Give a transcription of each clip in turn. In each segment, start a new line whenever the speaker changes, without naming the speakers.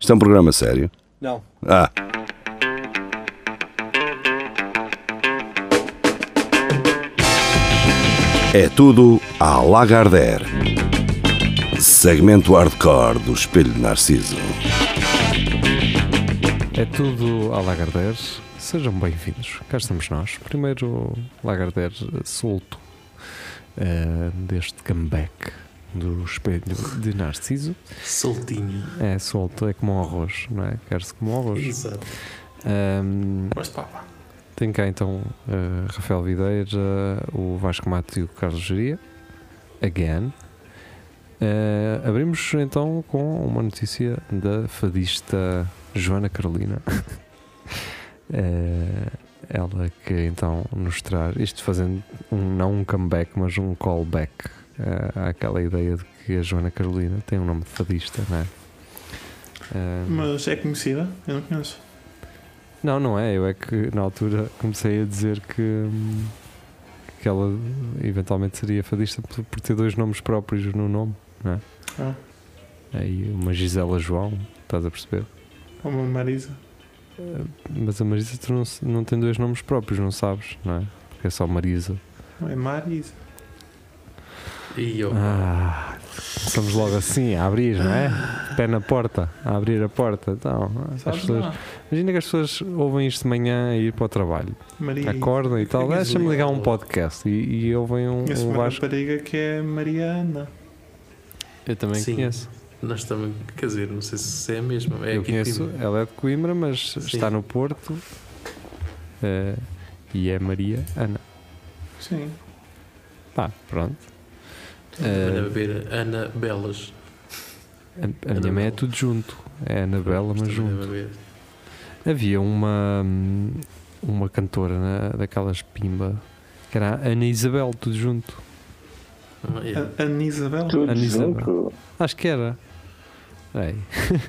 Isto é um programa sério.
Não.
Ah, é tudo à Lagardère. Segmento hardcore do Espelho de Narciso.
É tudo a Lagardère. Sejam bem-vindos. Cá estamos nós. Primeiro Lagardère solto eh, deste comeback do espelho de Narciso.
Soltinho.
É solto, é como um arroz, não é? Quer-se como um arroz.
Exato.
Ahm,
Mas pá, pá.
tem cá então eh, Rafael Videira, o Vasco Mato e o Carlos Geria. Again. Eh, abrimos então com uma notícia da fadista Joana Carolina. Eh, ela que então nos traz, isto fazendo um, não um comeback, mas um callback eh, àquela ideia de que a Joana Carolina tem um nome de fadista, não é? Eh,
Mas é conhecida? Eu não conheço.
não, não é. Eu é que na altura comecei a dizer que, hum, que ela eventualmente seria fadista por, por ter dois nomes próprios no nome. Não é?
Ah.
Aí uma Gisela João, estás a perceber?
Ou É uma Marisa.
Eh, Mas a Marisa tu não, se- não tem dois nomes próprios, não sabes, não é? Porque é só Marisa.
Não é Marisa.
E eu.
Ah, começamos logo assim, a abrir, não é? Pé na porta, a abrir a porta. Então, as
Sabes? Ah,
pessoas-
lá.
imagina que as pessoas ouvem isto de manhã a ir para o trabalho.
Maria.
acordam e tal.
Fica
Deixa-me ligar um
isolado.
podcast e, e eu venho um,
Conheço
um
uma
Vasco.
rapariga que é Mariana.
Eu também
Sim.
conheço.
Nós também, quer dizer, não sei se é a mesma. É
eu
aqui
conheço,
tipo-
ela é de Coimbra, mas está no Porto eh, e é Maria Ana.
Sim.
Pá, pronto.
Ana
Eh,
Beira, Ana Belas.
a, a minha mãe é tudo junto. É Anabela, mas
Também
junto.
Ana Beira.
Havia uma, hum, uma cantora na- daquelas Pimba que era a Ana Isabel, tudo junto.
Ah, yeah.
A Ana Isabel.
Tudo
Ana Isabel.
junto.
Acho que era. Ei.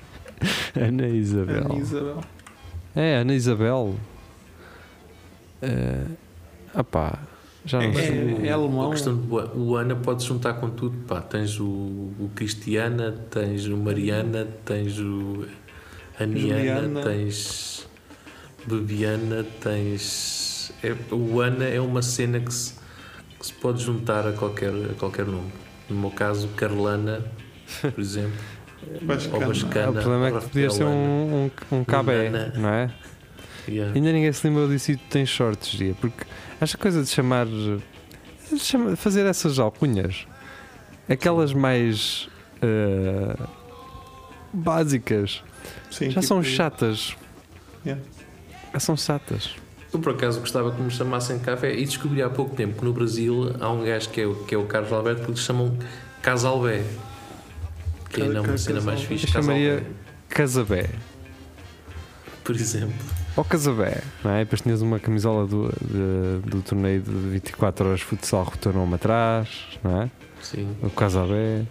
Ana Isabel.
Ana Isabel.
É, Ana Isabel. Eh, ah pá, já não
É,
sei.
é alemão.
A questão de, boa- o Ana pode juntar com tudo. Pá, tens o, o Cristiana, tens o Mariana, tens o Aniana,
Juliana.
tens Bebiana, tens. é- o Ana é uma cena que se, que se pode juntar a qualquer, a qualquer nome. No meu caso, Carlana, por exemplo, ou
Vascana.
Ah,
Vascana.
o problema é que podia ser
Rafaelana.
um, um, um cabé,
Nana.
não é?
Yeah.
Ainda ninguém se lembrou disso e tu tens shorts, dia, porque esta coisa de chamar, de chama- fazer essas alcunhas, aquelas mais eh, básicas,
Sim,
já
tipo-
são chatas.
Yeah.
Já são chatas.
Eu por acaso gostava que me chamassem café e descobri há pouco tempo que no Brasil há um gajo que é, o- que é o Carlos Alberto que lhe chamam Casalbé. Que ainda é
Ca-
uma cena mais
Casalbé.
fixe.
Eu chamaria-
Casalbé,
Casabé.
por exemplo.
Ao Casabé, não é? Depois tinhas uma camisola do, de- do torneio de 24 horas de futsal com o teu nome atrás, não é?
Sim.
O Casabé.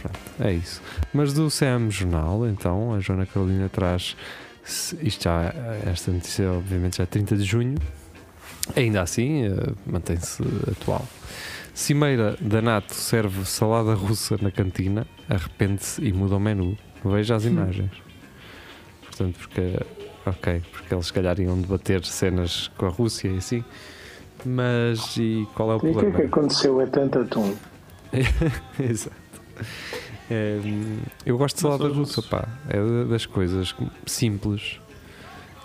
Pronto, é isso. Mas do CM Jornal, então, a Joana Carolina traz. se- Isto já, esta notícia, obviamente, já é 30 de junho. Ainda assim, eh, mantém-se atual. Cimeira da NATO serve salada russa na cantina, arrepende-se e muda o menu. Veja
Hum.
as imagens. Portanto, porque. Ok, porque eles se calhar iam debater cenas com a Rússia e assim. Mas e qual é o
E o que é
problema?
que aconteceu? É tanto atum.
Exato. É, hum, eu gosto de
Não
salada
são
russa,
russos.
pá. É da- das coisas simples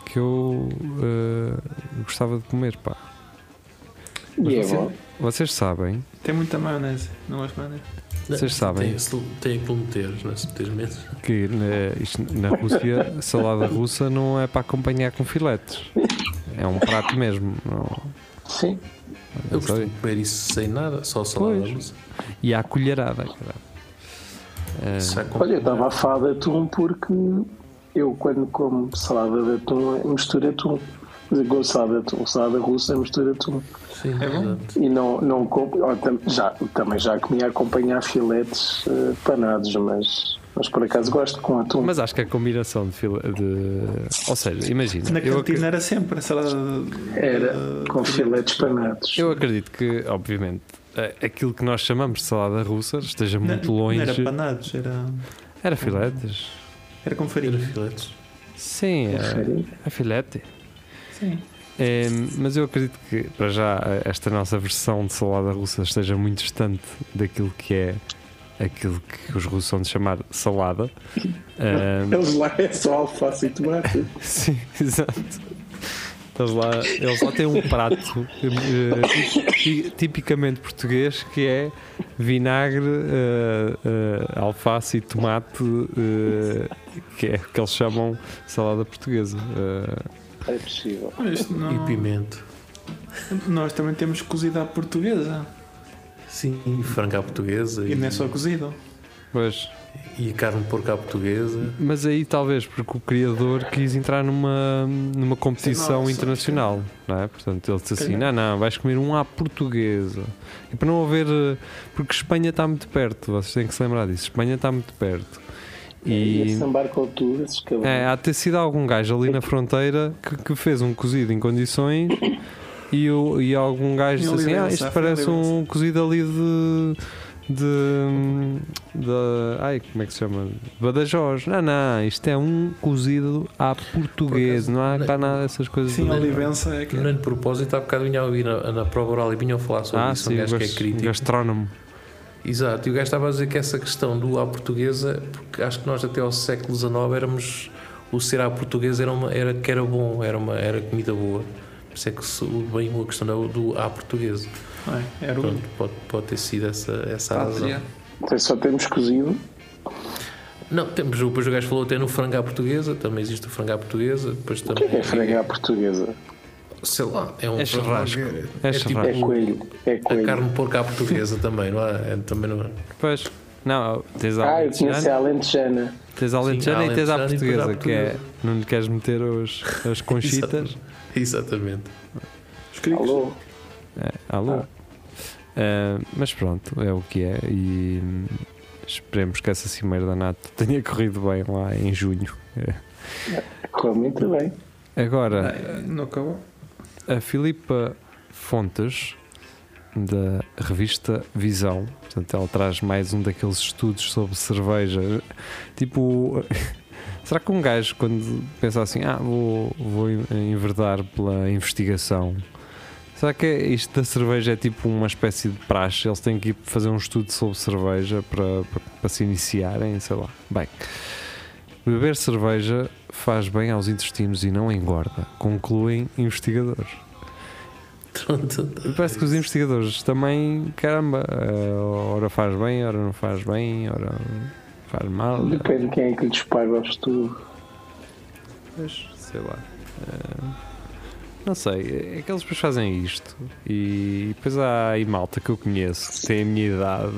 que eu eh, gostava de comer, pá. Mas
E é
você-
bom.
Vocês sabem,
Tem muita maionese. Não gosto de maionese.
Vocês sabem.
Tem, se- tem que meter, não é? Se meteres menos.
que na, isto na Rússia, salada russa não é para acompanhar com filetes. É um prato mesmo. não-
Sim.
Eu
não sei.
costumo comer isso sem nada, só salada
Pois.
russa.
E há colherada, caralho. Eh,
Já com-
Olha, eu estava a falar de atum porque eu, quando como salada de atum, é mistura atum. Quer dizer, Com salada de atum, salada russa, mistura atum.
Sim,
É bom?
exato.
E não, não compro. ó, tam- já, também já comi a acompanhar filetes eh, panados, mas, mas por acaso gosto com atum.
Eh, mas acho que a combinação de, fila, de ou seja, imagina,
Na
eu ac-
cantina era sempre a salada de-
Era
de-
com filetes panados.
eh, Eu acredito que, obviamente, a- aquilo que nós chamamos de salada russa esteja
Não-
muito
Não
longe.
era panados, era.
Era filetes.
Era com
Era
farinha.
filetes.
Sim, é,
Farinha.
é filete.
Sim.
É, mas eu acredito que, para já, a- esta nossa versão de salada russa esteja muito distante daquilo que é aquilo que os russos são de chamar salada. Ah,
Eles lá é só alface e tomate.
Sim, exato. Eles lá, eles lá têm um prato eh, ti- tipicamente português que é vinagre, eh, eh, alface e tomate, eh, que é o que eles chamam salada portuguesa. Eh,
É possível.
Mas isto não-
E pimento.
Nós também temos cozida à portuguesa.
Sim, e frango à portuguesa.
E não é só cozido.
pois,
e carne de porco à portuguesa.
mas aí talvez porque o criador quis entrar numa, numa competição
Nossa,
internacional, não é? Portanto, ele disse assim: não,
Calhar.
não, vais comer um à portuguesa. E para não haver. eh, Porque Espanha está muito perto, vocês têm que se lembrar disso. Espanha está muito perto.
É, E
E.
esse embarque ao tour, esses cabrões.
É, há de ter sido algum gajo ali na fronteira que, que fez um cozido em condições e, o, e algum gajo
E
disse
o
assim: Ah,
Liderança,
isto
foi o
parece um
Liderança."
cozido ali de. de. de- ai, como é que se chama? Badajoz. Não, não, isto é um cozido à portuguesa, não há cá nada dessas coisas.
Sim,
de-
a olivença é que.
Não é de propósito, há bocado vinha a ouvir na, na prova oral e vinha a falar sobre
Ah,
isso.
sim,
um
o
gajo que é
gast-
crítico.
gastrónomo.
Exato, e o gajo estava a dizer que essa questão do à portuguesa, porque acho que nós até ao século XIX éramos. O ser à portuguesa era, uma, era que era bom, era, uma, era comida boa. Por isso é que se, bem a questão do, do à portuguesa.
Não é? Era o
Pronto, pode, pode ter sido essa, essa a razão.
pátria.
Então só temos cozido.
Não, temos, depois o gajo falou até no frango à portuguesa, também existe o frango à portuguesa. Depois
O que
também,
é que é frango à portuguesa?
Sei lá, é um
É
frango-
churrasco. É
tipo
churrasco.
É coelho. É
A
coelho.
carne de porco à portuguesa também, não há? É, também não há.
Pois, não, tens a
Ah, eu
alentejana,
conheço a alentejana.
tens a alentejana
Sim,
e tens a
alentejana e depois à
portuguesa, que é. Não lhe queres meter os, as conchitas.
Exatamente.
Os cricos.
Alô?
É, Alô?
Ah.
Ah, mas pronto, é o que é e hum, esperemos que essa cimeira da NATO tenha corrido bem lá em junho. É.
Correu muito bem.
Agora,
Ah, Não acabou.
a Filipa Fontes, da revista Visão, portanto, ela traz mais um daqueles estudos sobre cerveja. Tipo, será que um gajo, quando pensa assim, ah, vou, vou enverdar pela investigação, será que é- isto da cerveja é tipo uma espécie de praxe? Eles têm que ir fazer um estudo sobre cerveja para, para, para se iniciarem, sei lá. Bem. Beber cerveja faz bem aos intestinos e não engorda, concluem investigadores.
Pronto.
E parece que os investigadores também, caramba, eh, ora faz bem, ora não faz bem, ora faz mal.
Depende de quem é que lhes paga o estudo.
Mas, sei lá. eh, não sei, é que eles depois fazem isto. E depois há aí malta que eu conheço, que tem a minha idade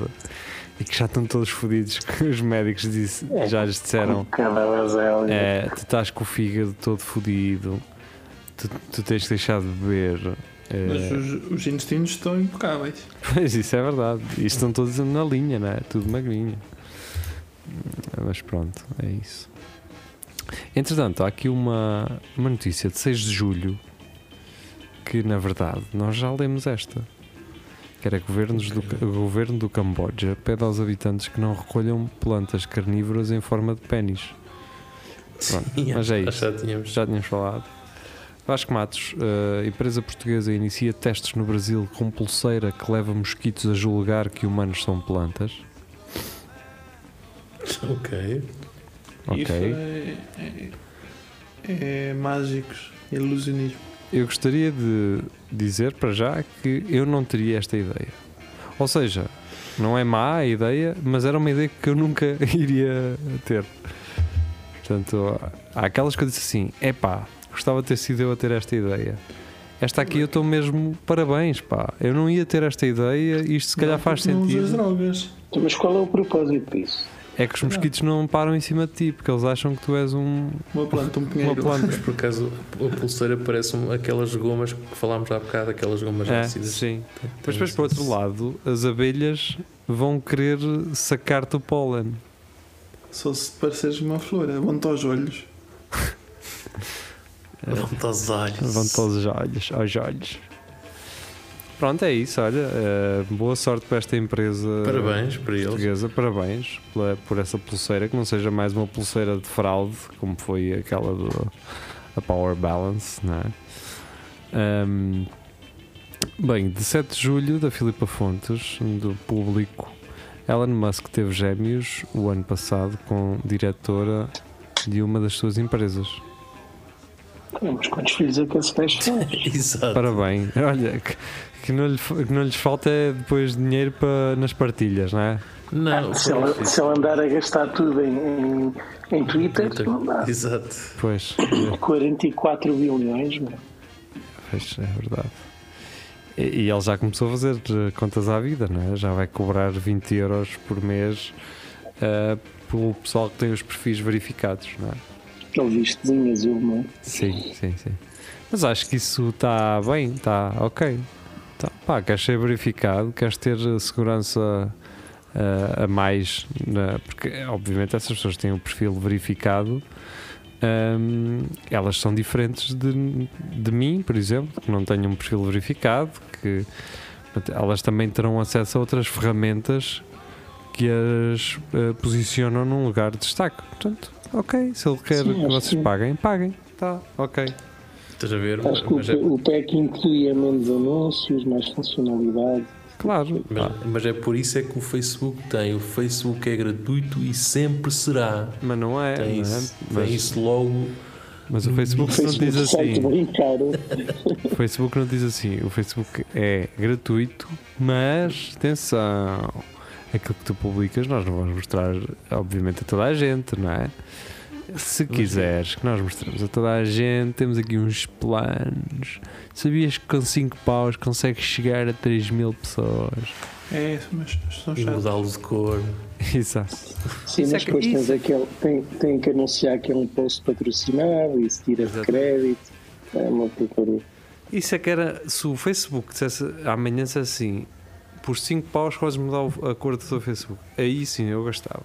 e que já estão todos fodidos, que os médicos disse- já lhes disseram.
Cada né? vaselha.
É, tu estás com o fígado todo fodido, tu, tu tens que deixar de beber. É,
Mas os, os intestinos estão impecáveis.
Pois isso é verdade. E estão todos na linha, não é? Tudo magrinho. Mas pronto, é isso. Entretanto, há aqui uma, uma notícia de 6 de julho que, na verdade, nós já lemos esta. Que era governos do, o governo do Camboja pede aos habitantes que não recolham plantas carnívoras em forma de pênis. Pronto, mas é isso.
Já tínhamos.
já tínhamos falado. Vasco Matos, eh, empresa portuguesa, inicia testes no Brasil com pulseira que leva mosquitos a julgar que humanos são plantas.
Ok.
Isso
Ok.
é, é, é mágicos. É Ilusionismo.
Eu gostaria de dizer para já que eu não teria esta ideia. Ou seja, não é má a ideia, mas era uma ideia que eu nunca iria ter. Portanto, há aquelas que eu disse assim: epá, gostava de ter sido eu a ter esta ideia. Esta aqui eu estou mesmo, parabéns, pá. Eu não ia ter esta ideia, isto se calhar
Não,
faz
não usas
sentido.
drogas.
Então, Mas qual é o propósito disso?
É que os mosquitos não param em cima de ti, porque eles acham que tu és um,
Uma planta, um
uma
pinheiro.
planta.
Mas por acaso a pulseira parece um- aquelas gomas que falámos há bocado, aquelas gomas
É,
ácidas.
sim.
Tem-
Mas
tem
depois, por outro
esse-
lado, as abelhas vão querer sacar-te o pólen.
Só se pareceres uma flor. Vão-te aos olhos.
Vão-te aos olhos.
Vão-te aos olhos, aos olhos. Pronto, é isso. Olha, eh, boa sorte para esta empresa
Parabéns para eles.
portuguesa. Parabéns pela- por essa pulseira. Que não seja mais uma pulseira de fraude, como foi aquela do a Power Balance, não é? Ahm, bem, de 7 de julho, da Filipa Fontes, do público. Elon Musk teve gêmeos o ano passado com diretora de uma das suas empresas.
Mas quantos filhos é que esse gajo fez?
Exato.
Parabéns. Olha, que, que não lhe, fa- que não lhes falta é depois dinheiro para nas partilhas, não é?
Não,
Se
foi
ele,
difícil.
se ele andar a gastar tudo em, em, em Twitter, não dá.
Exato.
Pois,
44 bilhões, meu.
pois, é verdade. E, e ele já começou a fazer eh, contas à vida, não é? Já vai cobrar 20 euros por mês eh, pelo pessoal que tem os perfis verificados, não é?
Aquele vistozinho azul, não é?
Sim, sim, sim. Mas acho que isso está bem, está ok. Tá, pá, queres ser verificado, queres ter eh, segurança eh, a mais, na- porque eh, obviamente essas pessoas têm um perfil verificado, ahm, elas são diferentes de, de mim, por exemplo, que não tenho um perfil verificado, que portanto, elas também terão acesso a outras ferramentas que as eh, posicionam num lugar de destaque. Portanto, ok, se ele quer
Sim,
que
acho
vocês
que-
paguem, paguem. Tá, ok.
Estás a ver?
Acho que o,
Mas é,
pe- o pack incluía menos anúncios, mais funcionalidade.
Claro.
mas-
Pá,
mas é por isso é que o Facebook tem. O Facebook é gratuito e sempre será.
Mas não é.
Tem
não é?
isso, tem
Mas,
isso logo.
mas o Facebook não
Facebook
diz assim.
site brincar. né?
O Facebook não diz assim. O Facebook é gratuito, mas atenção. Aquilo que tu publicas, nós não vamos mostrar, obviamente, a toda a gente, não é? Se
é.
quiseres que nós mostremos a toda a gente, temos aqui uns planos. Sabias que com 5 paus consegues chegar a 3 mil pessoas?
É isso, mas estão chatos.
E mudá-lo de cor.
Exato. Isso
Sim,
é
mas
que-
depois tens
isso.
aquele, tem, tem que anunciar que é um post patrocinado e se tira de
Exato.
crédito. É uma porcaria.
Isso é que era. Se o Facebook dissesse amanhã dissesse assim, por 5 paus podes mudar o- a cor do teu Facebook. Aí sim eu gastava.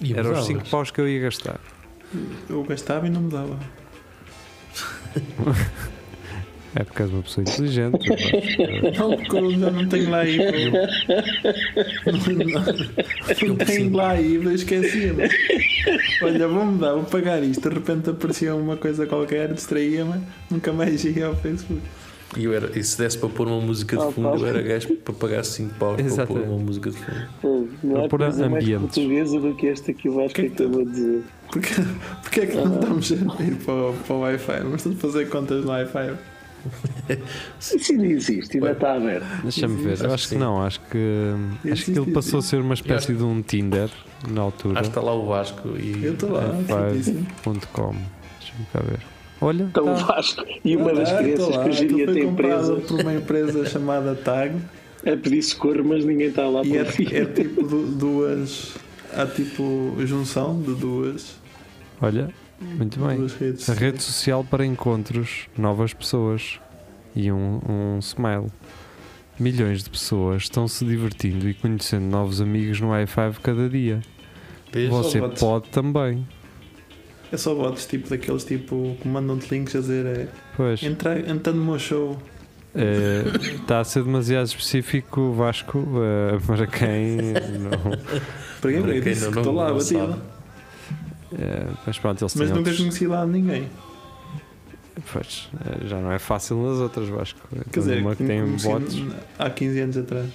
E
Era os
mudá-las.
5 paus que eu ia gastar.
Eu gastava e não mudava.
É porque és uma pessoa inteligente. eh,
Não, porque É eu já não tenho lá IVA. Não, não, não tenho lá IVA, esqueci-me. Olha, vou mudar, vou pagar isto. De repente aparecia uma coisa qualquer, distraía-me, nunca mais ia ao Facebook.
E, eu era, e se desse para pôr uma música de
Ah,
fundo, eu
pá.
era gajo para pagar 5 paus para pôr
Exatamente.
uma música de fundo.
Pô, Não há
Procura
coisa mais
ambientes.
portuguesa do que esta que o Vasco
Que que tu-
acabou de dizer.
Porquê, porquê é que não estamos a ir para, o- para o Wi-Fi? Mas estamos a fazer contas no Wi-Fi.
Isso ainda existe, ainda
Ué.
está aberto.
Deixa-me ver. Eu acho que
Sim.
não. Acho que. Acho que ele passou a ser uma espécie de um Tinder na altura.
Ah, está lá o Vasco e.
Eu estou lá,
Wi-Fi.
certíssimo.
Ponto .com. Deixa-me cá ver. Olha.
Então o
tá.
Vasco e uma das
Ah,
crianças
estou lá,
que geria
aquilo foi
tem
comprado
empresa
por uma empresa chamada Tag
a pedir socorro, mas ninguém está lá
e é,
para ouvir.
é tipo du- duas. Há tipo junção de duas,
Olha. Muito bem.
duas redes.
A rede social para encontros, novas pessoas e um, um smile. Milhões de pessoas estão se divertindo e conhecendo novos amigos no i5 cada dia.
Vês?
Você
votos.
pode também.
É só bots tipo daqueles tipo que mandam-te links a dizer é,
Pois.
entra, entra no meu show.
Eh, Está a ser demasiado específico, Vasco, eh, para quem não.
Para quem
Para
eu
quem
disse
não-
que estou lá
não
batido.
sabe.
eh, mas pronto,
Mas
eles têm
nunca
outros-
conheci lá ninguém.
Pois, eh, já não é fácil nas outras, Vasco.
Quer
Então,
dizer,
uma que tem
conheci
bots.
há 15 anos atrás.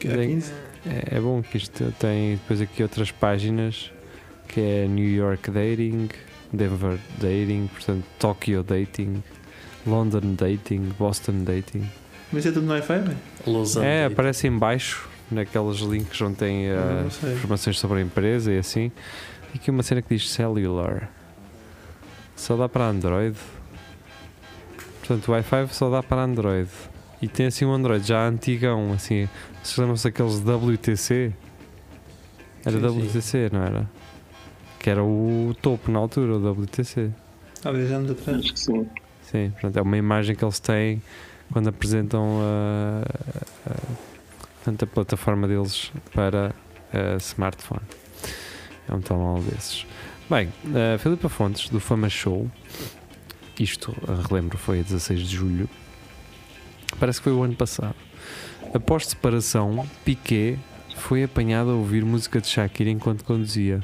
Que há
Tem-
15?
É, é bom que isto tem depois aqui outras páginas que é New York Dating, Denver Dating, portanto Tokyo Dating, London Dating, Boston Dating.
Mas é tudo no Wi-Fi, bem?
Lausanne.
É, aparece em baixo naqueles links onde tem eh,
Eu não sei.
informações sobre a empresa e assim. E aqui uma cena que diz cellular. Só dá para Android. Portanto, o Wi-Fi só dá para Android. E tem assim um Android já antigão, assim. Vocês lembram-se daqueles WTC? Era
Sim, sim.
WTC, não era? Que era o topo na altura, o WTC.
Há 10 anos atrás.
Acho que sim.
Sim, portanto, é uma imagem que eles têm quando apresentam a, a- portanto, a plataforma deles para eh, smartphone. É um telemóvel desses. Bem, a Filipa Fontes, do Fama Show, isto eh, relembro foi a 16 de julho, parece que foi o ano passado. Após separação, Piquet foi apanhado a ouvir música de Shakira enquanto conduzia.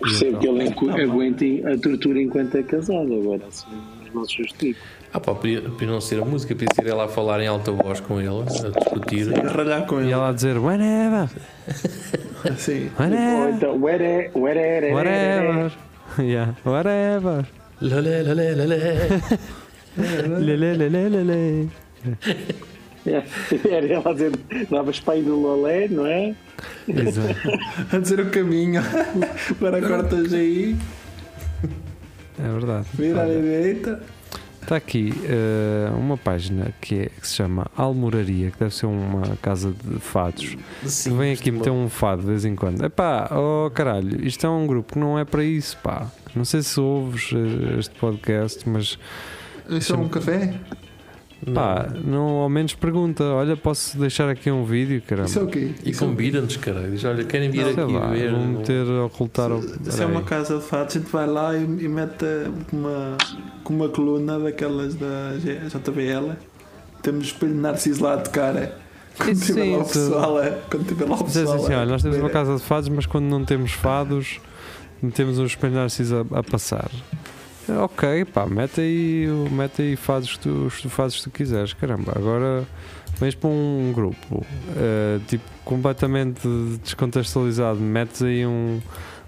Percebo
então?
que ele
Tá
encu- aguente a tortura enquanto é casado. Agora, assim, não se justifica.
Ah, pá, podia, podia não ser a música, podia ser ela a falar em alta voz com ele, a discutir.
A ralhar com
E
ele.
ela a dizer whatever,
Assim.
Ou
whatever,
então, where, where, é-
é-
whatever. Yeah, whatever.
Lolé, lolé, lolé.
Lê, lê, lê, lê, lê, lê.
É, Era ela a dizer, davas para aí no lolé, não é?
Exato.
A dizer o caminho. Agora cortas aí,
É verdade.
vira à direita.
Está aqui eh, uma página que, é- que se chama Almoraria, que deve ser uma casa de fados. Que
Sim,
vem aqui meter um fado de vez em quando. Epá, oh caralho, isto é um grupo que não é para isso, pá. Não sei se ouves eh, este podcast, mas
Isso é um café?
pá, não, ao menos pergunta. Olha, posso deixar aqui um vídeo, caramba.
Isso é o quê?
E
Isso,
combina-nos, caralho. Diz, olha, querem vir
Sei
aqui
lá,
ver.
vou
um-
meter a ocultar o.
isso é
peraí.
uma casa de fato. A gente vai lá e, e mete uma, com uma coluna daquelas da G- JBL. Temos espelho Narciso lá de cara. Quando
Isso,
tiver lá o
isso.
pessoal, é. Quando tiver lá o
Mas é
pessoal.
assim,
é.
olha, nós temos uma
Mira.
casa de fados, mas quando não temos fados, metemos um espelho narciso a, a passar. É, Ok, pá, mete aí, o- mete aí fados que tu, os fados que tu quiseres, caramba. Agora vens para um grupo, eh, tipo, completamente descontextualizado, metes aí um,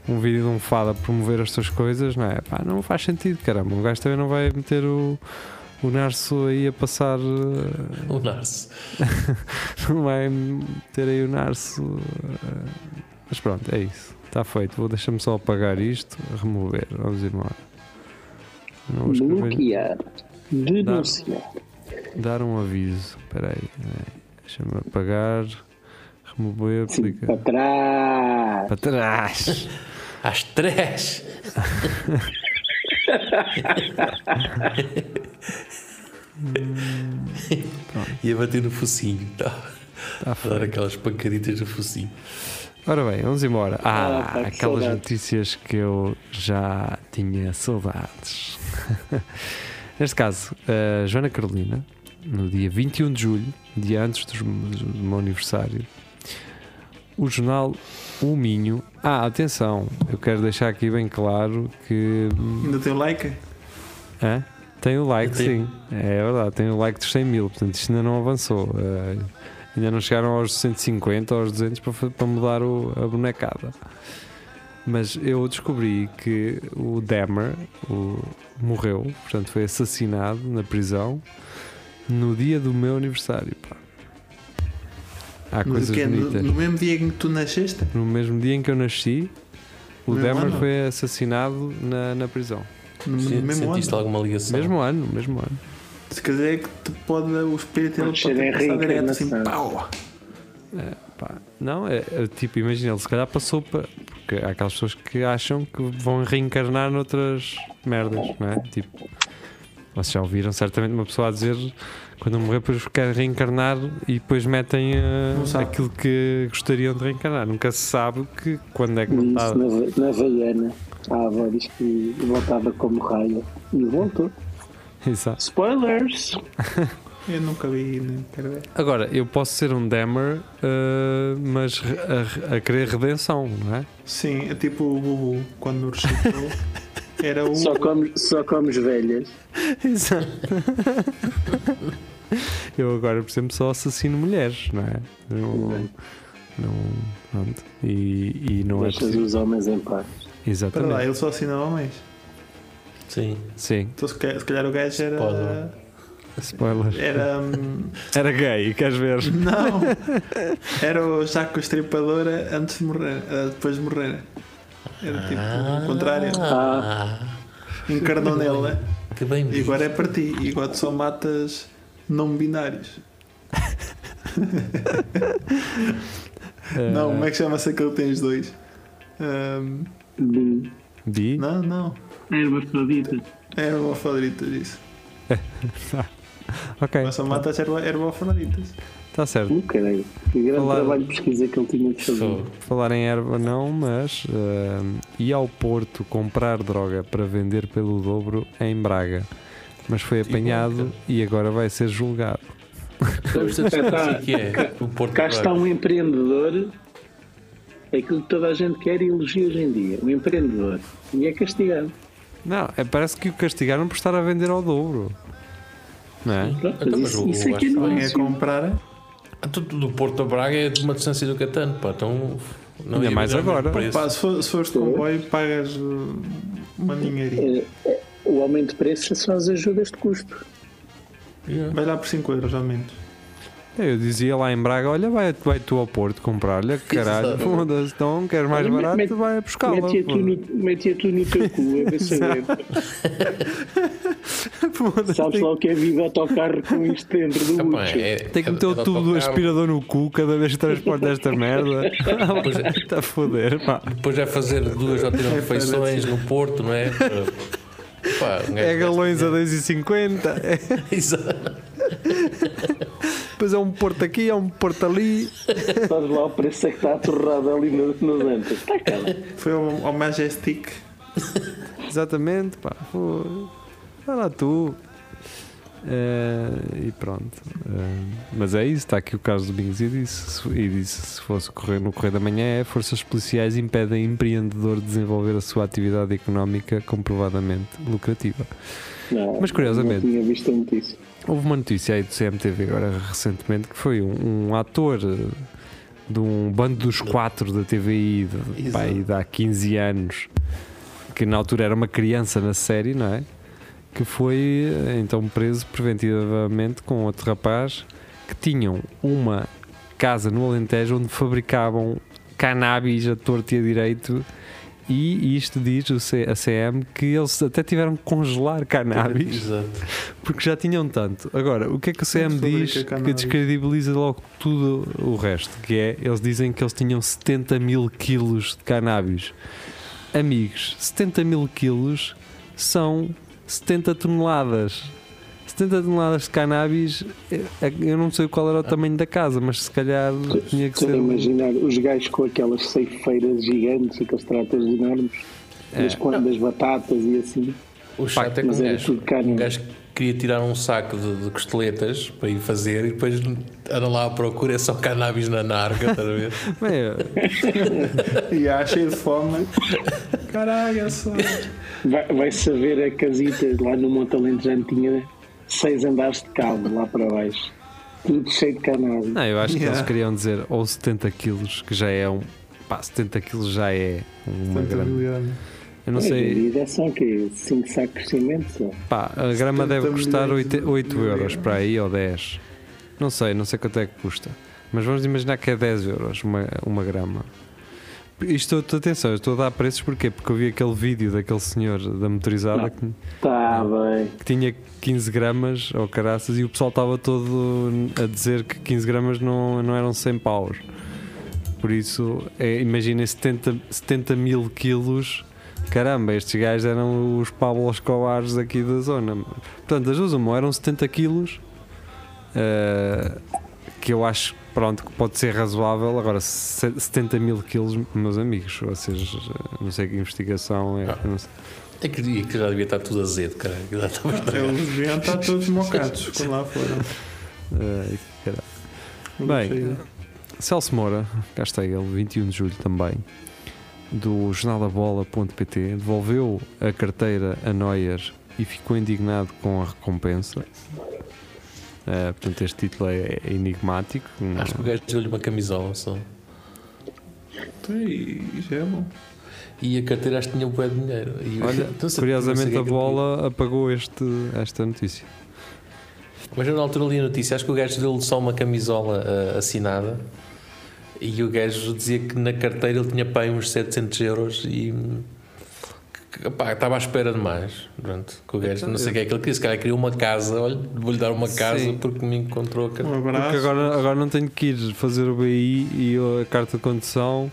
um vídeo de um fado a promover as tuas coisas, não é? Pá, não faz sentido, caramba. O gajo também não vai meter o, o narço aí a passar. eh,
O Narce.
não vai ter aí o Narso. eh, Mas pronto, é isso. Está feito. Vou deixar-me só apagar isto, remover. Vamos embora. Não vou escrever.
Bloquear. Denunciar.
Dar um aviso. Espera aí. eh, Deixa-me apagar. Remover.
Sim, tá para
Aplica.
trás.
Para trás.
Às três. Ia bater no focinho, tá?
Está
A dar
feito.
aquelas pancaditas no focinho.
Ora bem, vamos embora. Ah,
Ah, pá, que
aquelas
saudades.
notícias que eu já tinha saudades. Neste caso, a Joana Carolina, no dia 21 de julho, dia antes dos- do meu aniversário, o jornal O Minho. Ah, atenção, eu quero deixar aqui bem claro que. hum,
Ainda tem um like?
hã? É? Tem o like,
Eu tenho.
sim. É verdade, tem o like dos 100 mil, portanto isto ainda não avançou. Eh, ainda não chegaram aos 150 ou aos 200 para, fa- para mudar o- a bonecada. Mas eu descobri que o Demer o- morreu, portanto foi assassinado na prisão no dia do meu aniversário. Pá. Há
Mas o
coisas
quê? No,
bonitas.
no mesmo dia em que tu nasceste?
No mesmo dia em que eu nasci, o
No mesmo
Demer
ano?
foi assassinado na, na prisão.
No,
Se-
no mesmo ano?
Sentiste alguma ligação?
Mesmo ano, mesmo ano.
Se quiser que te pode o espírito ele
Pode ser é
pode
a
passar um direto assim,
reencarnação.
pau!
Pá, não, é, é tipo, imagina, ele se calhar passou para. Porque há aquelas pessoas que acham que vão reencarnar noutras merdas, não é? Tipo, vocês já ouviram certamente uma pessoa a dizer quando um morrer, depois quer reencarnar e depois metem eh,
Não sabe.
aquilo que gostariam de reencarnar. Nunca se sabe que quando é que não está.
né?
Isso na, Va- na Havaiana. A avó diz que voltava como raia. E voltou.
Exato.
Spoilers!
Eu nunca vi, nem quero ver.
Agora, eu posso ser um Demer, eh, mas re- a, a querer redenção, não é?
Sim, é tipo o Bubu, quando ressuscitou, era o.
Só comes, só comes velhas.
Exato. eu agora, por exemplo, só assassino mulheres, não é? Não, não, pronto. E, e não é
Deixas
possível.
os homens em paz.
Espera lá,
Exatamente.
ele só assinava homens.
Sim.
Sim,
Então, se calhar, se calhar o gajo era.
Spoiler.
spoiler.
Era. hum,
Era gay, queres ver?
Não! Era o Jaco Estripadora antes de morrer, ah, depois de morrer. Era tipo o contrário.
Ah,
Encarnou nela
que bem
e agora é para ti. E agora tu só matas não binários.
Eh,
Não, como é que chama-se aquele que tens dois? Hum,
Hum.
Bi?
não, não. É
Hermafrodita.
Herbofroditas, isso.
Ok,
Mas só mata as herbo- herbofroditas.
Está tá certo.
Ih, caralho, que grande
Falar-
trabalho de pesquisa que ele tinha de fazer.
Fogo.
Falar em erva não, mas ah, e ao Porto comprar droga para vender pelo dobro é em Braga. Mas foi apanhado e agora vai ser julgado.
Estamos a discutir o que é o Porto
Cá
de
está
Braga.
um empreendedor, é aquilo que toda a gente quer e elogia hoje em dia. Um empreendedor. E é castigado.
Não, é, parece que o castigaram por estar a vender ao dobro. Não é?
Pronto,
Então,
mas
mas
isso,
o-
isso
o
aqui não
Aston
é
Quem é
negócio.
comprar?
Ah, tudo do Porto a Braga é de uma distância do Catano, pá. Então, não
Ainda
ia
mais
haver o mesmo
agora.
preço.
Pá, se, for, se fores de comboio, pagas uh, uma ninharia.
É- é- O aumento de preço são as ajudas de custo.
Vai lá por 5 euros ao menos.
Então, Eu dizia lá em Braga: olha, vai, vai tu ao Porto comprar, olha que caralho,
Exato.
foda-se, então queres mais
Olha, me-
barato,
mete-
vai buscá-la.
Mete-a tu,
foda-se.
no- mete-a tu no teu cu, é a ver se aguenta. Sabes lá o que é vida autocarro com isto dentro do
Ah, pá,
bucho.
é-
Tem que
é-
meter
é
o
de
tubo do
autocarro.
aspirador no cu cada vez que transporta esta merda. Está a foder, pá.
Depois é fazer duas ou três refeições no Porto, não é? Pá, um gajo
É
gasta
galões a 2,50. É,
Exato.
depois é um porto aqui, é um porto ali.
Sabes lá o preço é que está atorrado ali no- Tá, nos antas. Está cara.
Foi ao, ao Majestic.
Exatamente, pá. Foda. Vai lá tu. Eh, e pronto. Eh, mas é isso, está aqui o Carlos Domingos e disse, se- e disse se fosse correr no correr da manhã é forças policiais impedem empreendedor de desenvolver a sua atividade económica comprovadamente lucrativa.
Não,
Mas curiosamente-
Não tinha visto a notícia.
Houve uma notícia aí do CMTV agora recentemente que foi um, um ator eh, de um bando dos quatro da TVI de, de, pá, aí de há 15 anos, que na altura era uma criança na série, não é? Que foi eh, então preso preventivamente com outro rapaz que tinham uma casa no Alentejo onde fabricavam cannabis a torto e a direito. E isto diz o C- a CM que eles até tiveram que congelar cannabis
Exato.
porque já tinham tanto. Agora, o que é que o
Quem é que
CM diz
fabrica
que
cannabis?
descredibiliza logo tudo o resto? Que é, eles dizem que eles tinham 70 mil quilos de cannabis. Amigos, 70 mil quilos são 70 toneladas. 70 toneladas de cannabis, eh, eh, eu não sei qual era o tamanho da casa, mas se calhar tinha que
Estou
ser.
a
um-
imaginar os gajos com aquelas ceifeiras gigantes, aqueles tratores enormes,
É.
as quantas batatas e assim.
O chato é que um
Mas era
gajo,
tudo carne.
um gajo queria tirar um saco de, de costeletas para ir fazer e depois anda lá à procura, é só cannabis na narca, estás a ver?
Bem,
E há cheio de fome. Caralho, eu sou.
Vai, vai saber a casita lá no Monte Alentejano tinha seis andares de cabo lá para baixo. Tudo cheio de cannabis.
não, eu acho que
Yeah.
eles queriam dizer ou 70 quilos, que já é um. Pá, 70 quilos já é uma
Tanta
grande.
milhão.
Eu não
Hoje em
sei.
dia são é o quê? 5 sacos de cimento só.
Pá, a grama
70
deve custar
milhões
8,
de- de
euros
euros.
para aí ou 10. Não sei, não sei quanto é que custa. Mas vamos imaginar que é 10 euros uma, uma grama. Isto, estou- atenção, eu estou a dar preços porquê? Porque eu vi aquele vídeo daquele senhor da motorizada
Não.
que,
Tá bem.
que tinha 15 gramas ou caraças e o pessoal estava todo a dizer que 15 gramas não, não eram 100 paus. Por isso, é, imaginem 70, 70 mil quilos. Caramba, estes gajos eram os Pablo Escobares aqui da zona. Portanto, as duas uma, eram 70 quilos, eh, que eu acho, pronto, que pode ser razoável. Agora, se- 70 mil quilos, meus amigos, vocês, eh, não sei que investigação é.
Ah.
não sei.
É que, é que já devia estar tudo azedo, caralho. que já estava estragado.
Eles deviam estar todos mocados quando lá foram.
Eh, caralho. Bem, Celso Moura, cá está ele, 21 de julho também, do jornalabola.pt, devolveu a carteira a Neuer e ficou indignado com a recompensa. Eh, portanto, este título é é enigmático. não-
Acho que o gajo deu-lhe uma camisola só.
Tu aí, já é bom.
E a carteira acho que tinha um bué de dinheiro. E-
Olha,
não sei- não sei o
curiosamente
que é
a
que-
bola apagou este, esta notícia.
Mas eu na altura li a notícia, acho que o gajo deu-lhe só uma camisola ah, assinada e o gajo dizia que na carteira ele tinha pai uns 700 euros e que- que, pá, estava à espera de mais. Pronto, que o gajo, não sei o que é que ele queria, se calhar queria uma casa, olha, vou-lhe dar uma casa
Então, Sim.
porque me encontrou a
Um
carteira.
Porque
abraço.
agora, agora não tenho que ir fazer o BI e a carta de condução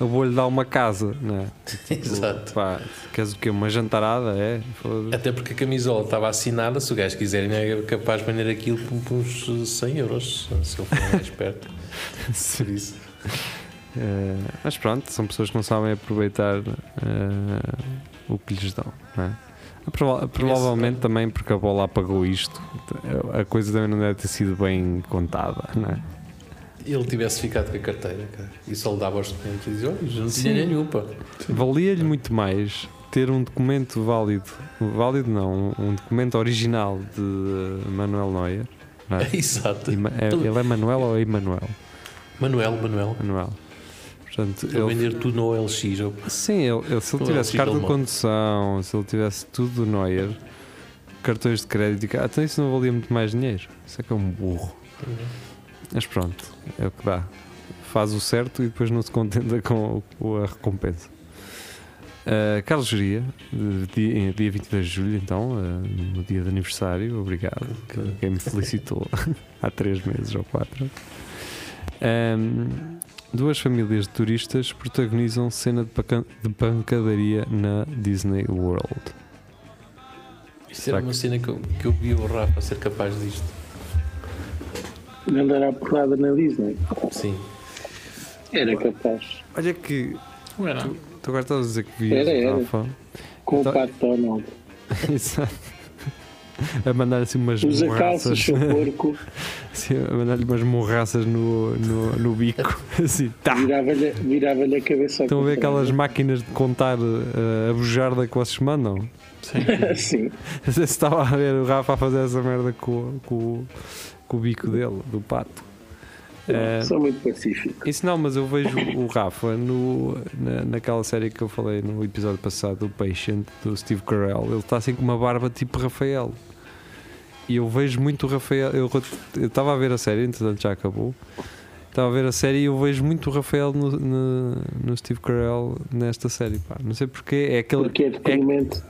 eu vou-lhe dar uma casa, não é?
Exato.
Pá, queres o quê? Uma jantarada? É? Foda-se.
Até porque a camisola estava assinada, se o gajo quiser, ainda é capaz de vender aquilo por por uns 100 euros, se ele for mais esperto. Por isso.
Eh, mas pronto, são pessoas que não sabem aproveitar eh, o que lhes dão, não é? Prova- provavelmente também porque a bola apagou isto, a coisa também não deve ter sido bem contada, não é?
Ele tivesse ficado com a carteira, cara, e só lhe dava aos clientes e dizia: Olha, não tinha nenhum, pá.
Valia-lhe muito mais ter um documento válido, válido não, um documento original de Manuel Neuer. não é?
Exato.
Ima- é- Ele é Manuel ou Emanuel?
Manuel, Manuel.
Manuel. Portanto,
Ele...
ele,
vender tudo no OLX. ó.
sim, ele, ele- se ele
Ele
tivesse
fica
carta de
alemão.
condução, se ele tivesse tudo do Neuer, cartões de crédito, e ca- até isso não valia muito mais dinheiro. Isso é que é um burro. Mas pronto, é o que dá. Faz o certo e depois não se contenta com, o- com a recompensa. Ah, Carlos Geria, dia, dia 22 de julho, então, ah, no dia de aniversário, obrigado, que, quem me felicitou há três meses ou quatro. Ahm, duas famílias de turistas protagonizam cena de, paca- de pancadaria na Disney World.
Isto
Será
era uma cena que eu, que eu vi o Rafa ser capaz disto.
Não dará porrada na Disney.
Sim.
Era capaz.
Olha que
Ué, não.
tu agora estás a dizer que vias
Era, era.
Rafa.
Com
Então-
o Pato Donald.
Exato. A mandar assim umas
Usa calças,
morraças.
seu porco.
Assim, a mandar-lhe umas morraças no, no, no bico. Assim, tá.
Virava-lhe virava a cabeça ao
Estão a ver aquelas
contrário.
máquinas de contar eh, a bujarda que vocês mandam?
Sim.
Não sei se estava a ver o Rafa a fazer essa merda com, com, com o bico dele, do pato. Eh,
Sou muito pacífico.
isso não, mas eu vejo o Rafa no, na, naquela série que eu falei no episódio passado, o Patient, do Steve Carell. Ele está assim com uma barba tipo Rafael. E eu vejo muito o Rafael. Eu eu estava a ver a série, entretanto já acabou. Estava a ver a série e eu vejo muito o Rafael no, no, no Steve Carell nesta série. Pá. Não sei porquê. É aquele,
Porque é deprimente.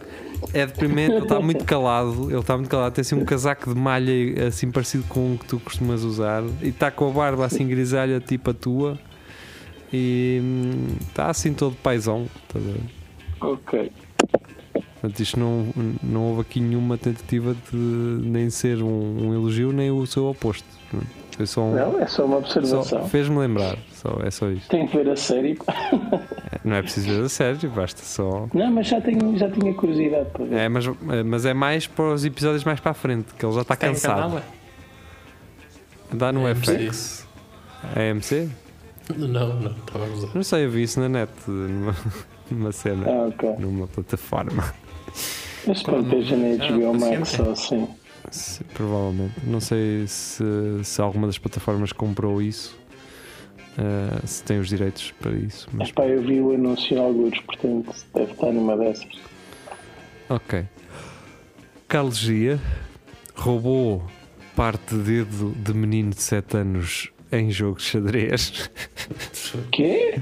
é deprimente, ele está muito calado, ele está muito calado, tem assim um casaco de malha assim parecido com o que tu costumas usar e está com a barba assim grisalha tipo a tua e hum, está assim todo paisão. estás a ver?
Ok.
Portanto, isto não, não houve aqui nenhuma tentativa de nem ser um, um elogio nem o seu oposto. Foi só um.
Não, é só uma
só-
observação.
Fez-me lembrar, só, é só isto.
Tem que ver a série.
Não é preciso ver a sério, basta só.
Não, mas já, tenho, já tinha curiosidade para ver.
É, mas, mas é mais para os episódios mais para a frente, que ele já está
Tem
cansado.
canal,
Dá no
é?
FX. AMC?
Não, não, estávamos a.
Não sei, eu vi isso na net, numa, numa cena,
Ah, ok.
numa plataforma.
Mas pronto, esteja na HBO Max
paciência.
ou assim.
Se- provavelmente. Não sei se, se alguma das plataformas comprou isso, eh, se tem os direitos para isso.
Mas
Mas,
pá, eu vi o anúncio em alguns, portanto deve estar numa dessas.
ok. Carlos Gia roubou parte de dedo de menino de 7 anos em jogo de xadrez.
Quê?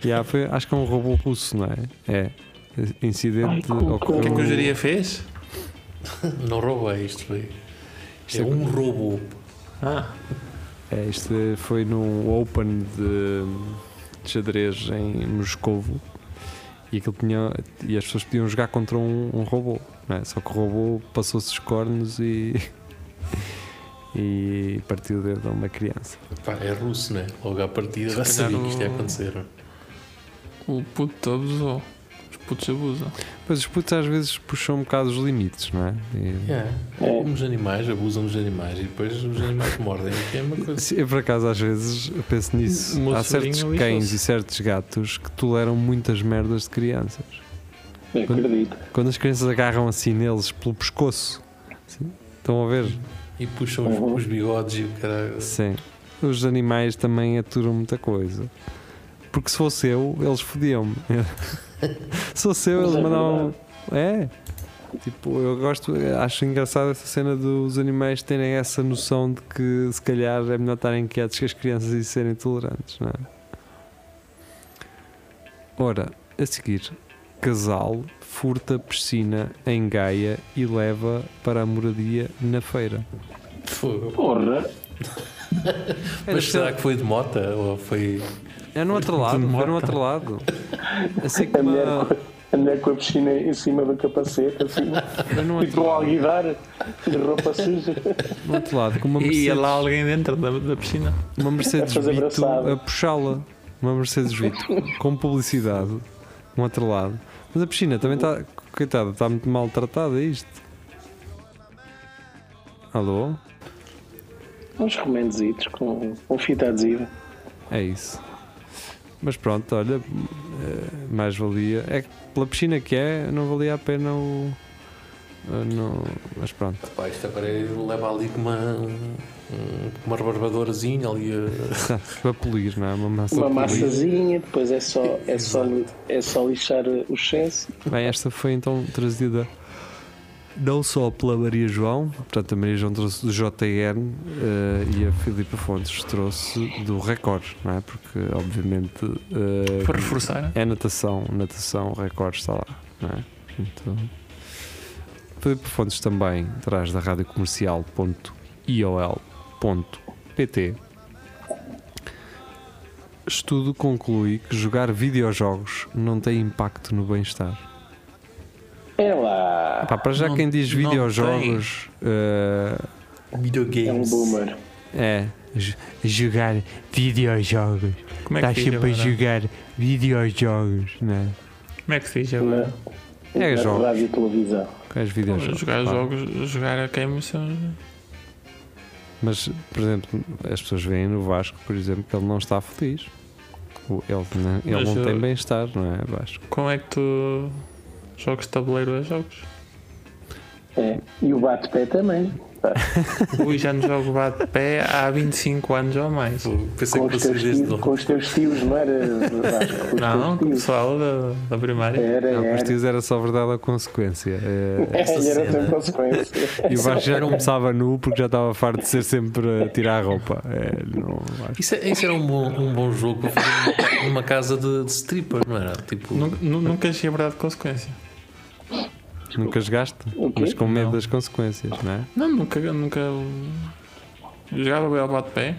Já foi, acho que é um robô russo, não é? É.
Ai,
Incidente
com- com-
ocorreu.
O que é que o
Jaria fez? Não rouba isto, foi.
Isto
É
é-
um roubo.
Ah,
É, este foi num Open de, de xadrez em Moscovo e, aquilo tinha, e as pessoas podiam jogar contra um, um robô, não é? só que o robô passou-se os cornos e, e partiu o dedo a uma criança.
Pá, é russo, né? Logo à partida já
calhar
sabia
o-
que isto ia acontecer.
o puto abusou. Os putos abusam.
Pois os putos às vezes puxam um bocado os limites, não é? E-
É.
É.
Como os animais abusam dos animais e depois os animais mordem, que é uma coisa.
Eu por acaso às vezes penso nisso.
O meu
Há certos
sobrinho
cães
lixou-se.
e certos gatos que toleram muitas merdas de crianças.
Eu acredito.
Quando as crianças agarram assim neles pelo pescoço, assim, estão a ver?
E puxam os,
Uhum.
os bigodes e o cara.
Sim. Os animais também aturam muita coisa. Porque se fosse eu, eles fodiam-me. se fosse eu,
Mas
eles
é
mandavam. É? Tipo, eu gosto, acho engraçado essa cena dos animais terem essa noção de que se calhar é melhor estarem quietos que as crianças e serem tolerantes, não é? Ora, a seguir, casal furta piscina em Gaia e leva para a moradia na feira.
Fogo.
Porra!
Mas será que foi de mota? Ou foi.
É no outro lado, foi no outro lado. Assim
A
como
mulher,
a-
com- a mulher com a piscina em cima do capacete, assim,
foi é no
tipo um
outro,
alguidar de roupa suja.
no outro lado, com uma
E ia
Mercedes,
lá alguém dentro da, da piscina.
uma Mercedes
fazer
Vito
braçada.
a puxá-la. Uma Mercedes Vito com publicidade, no outro lado. Mas a piscina também está, coitada, está muito maltratada é isto. Alô?
Uns remendos com, com fita adesiva.
É isso. Mas pronto, olha, eh, mais valia. É que pela piscina que é, não valia a pena o. eh, não- mas pronto.
Pá, isto agora é- leva ali com uma, um- uma rebarbadorazinha ali. eh, a-
Tá, Para polir, não é? Uma massa.
Uma
polida.
massazinha, depois é só, é só, é só lixar o excesso.
Bem, esta foi então trazida não só pela Maria João, portanto a Maria João trouxe do JN eh, e a Filipa Fontes trouxe do Record, não é? Porque obviamente eh,
Para reforçar. né?
É natação, natação, recorde está lá, não é? Portanto, Filipe Fontes também traz da rádio comercial.iol.pt. Estudo conclui que jogar videojogos não tem impacto no bem-estar.
É lá.
Pá, para já
Não-
quem diz
não
videojogos, eh,
É um
Videogames.
boomer.
é j- jogar videojogos.
Como é
Estás
que se diz
Tá sempre a
agora?
jogar videojogos, não é?
Como é que se diz
Na,
agora?
É,
na
jogos.
rádio e televisão.
Queres videojogos?
Jogar
pá.
jogos, jogar a é- games são.
Mas, por exemplo, as pessoas veem no Vasco, por exemplo, que ele não está feliz. O- Ele, não- ele
Mas eh,
não
eu-
tem bem-estar, não é, Vasco?
Como é que tu. Jogos de tabuleiro a jogos?
É. E o bate-pé também.
Ui, já não jogo bate-pé há 25 anos ou mais.
Pô, Pensei
Com
que
os,
vocês
teus
desde
tios, com
novo.
os teus tios, não era? Vasco? Com os
Não, com o
teus tios.
pessoal da, da primária.
Era,
Não, mas
era.
diz era só verdade a consequência. É,
É,
Essa
era
cena.
sem consequência.
e o Vasco já começava nu porque já estava farto de ser sempre a tirar a roupa. É, não, Vasco.
Isso, é- isso era um bom, um bom jogo para fazer numa- numa casa de, de stripper, não era? Tipo,
Nunca, nu- nunca achei a verdade de consequência.
Nunca jogaste,
O quê?
mas com medo das consequências, não é?
Não, nunca. nunca... Jogava bem ao bate-pé.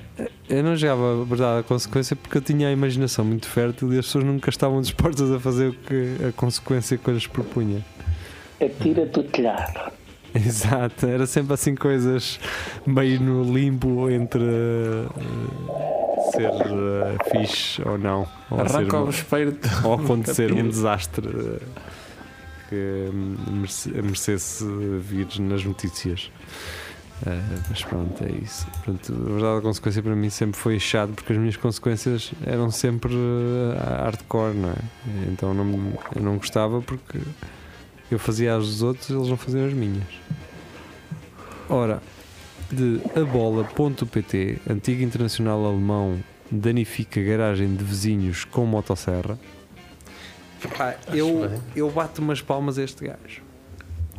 Eu não jogava a verdade a consequência porque eu tinha a imaginação muito fértil e as pessoas nunca estavam dispostas a fazer o que a consequência que eu lhes propunha.
Atira-te o É, telhado.
Exato, era sempre assim coisas meio no limbo entre eh, ser eh, fixe ou não, ou, ser
Arranca
uma-
o vespeiro.
ou acontecer um
cabelo.
desastre eh, que hum, merece- merecesse vir nas notícias. Eh, mas pronto, é isso. Portanto, a verdade, a consequência para mim sempre foi chato porque as minhas consequências eram sempre eh, hardcore, não é? Então não, me- eu não gostava porque eu fazia as dos outros e eles não faziam as minhas. Ora, de abola.pt, antigo internacional alemão danifica garagem de vizinhos com motosserra. Pá, eu,
bem.
eu bato umas palmas a este gajo.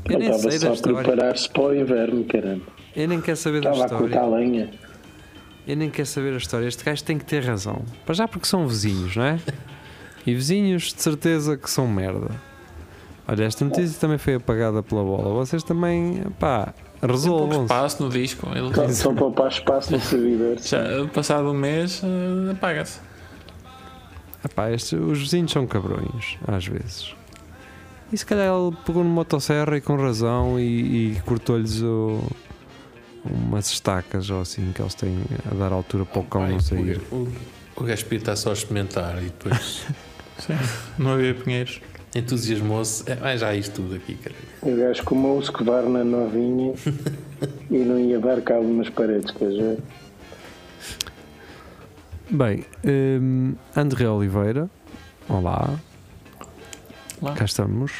Eu
Ele
nem
estava
sei da
só a
história.
preparar-se para o inverno, caramba.
Eu nem quero saber da
Estava a cortar
história.
lenha.
Eu nem quero saber a história. Este gajo tem que ter razão. Para já porque são vizinhos, não é? E vizinhos de certeza que são merda. Olha, esta notícia também foi apagada pela bola. Vocês também, pá,
Pouco
resolvam-se.
espaço no disco. Ele
Só- Só para poupar espaço no servidor.
já, passado um mês, eh, apaga-se.
Epá, este- os vizinhos são cabrões, às vezes. E se calhar ele pegou no motosserra e com razão e, e cortou-lhes o- umas estacas ou assim que eles têm a dar altura para o cão
Ai,
não sair.
O, o, o gajo podia estar só a experimentar e depois
Sim. Não havia pinheiros.
entusiasmou-se. É, mas já há isto tudo aqui, cara.
O Um gajo comeu o escovar na novinha e não ia dar cabo nas paredes, quer dizer.
Bem, hum, André Oliveira, olá.
Olá.
Cá estamos.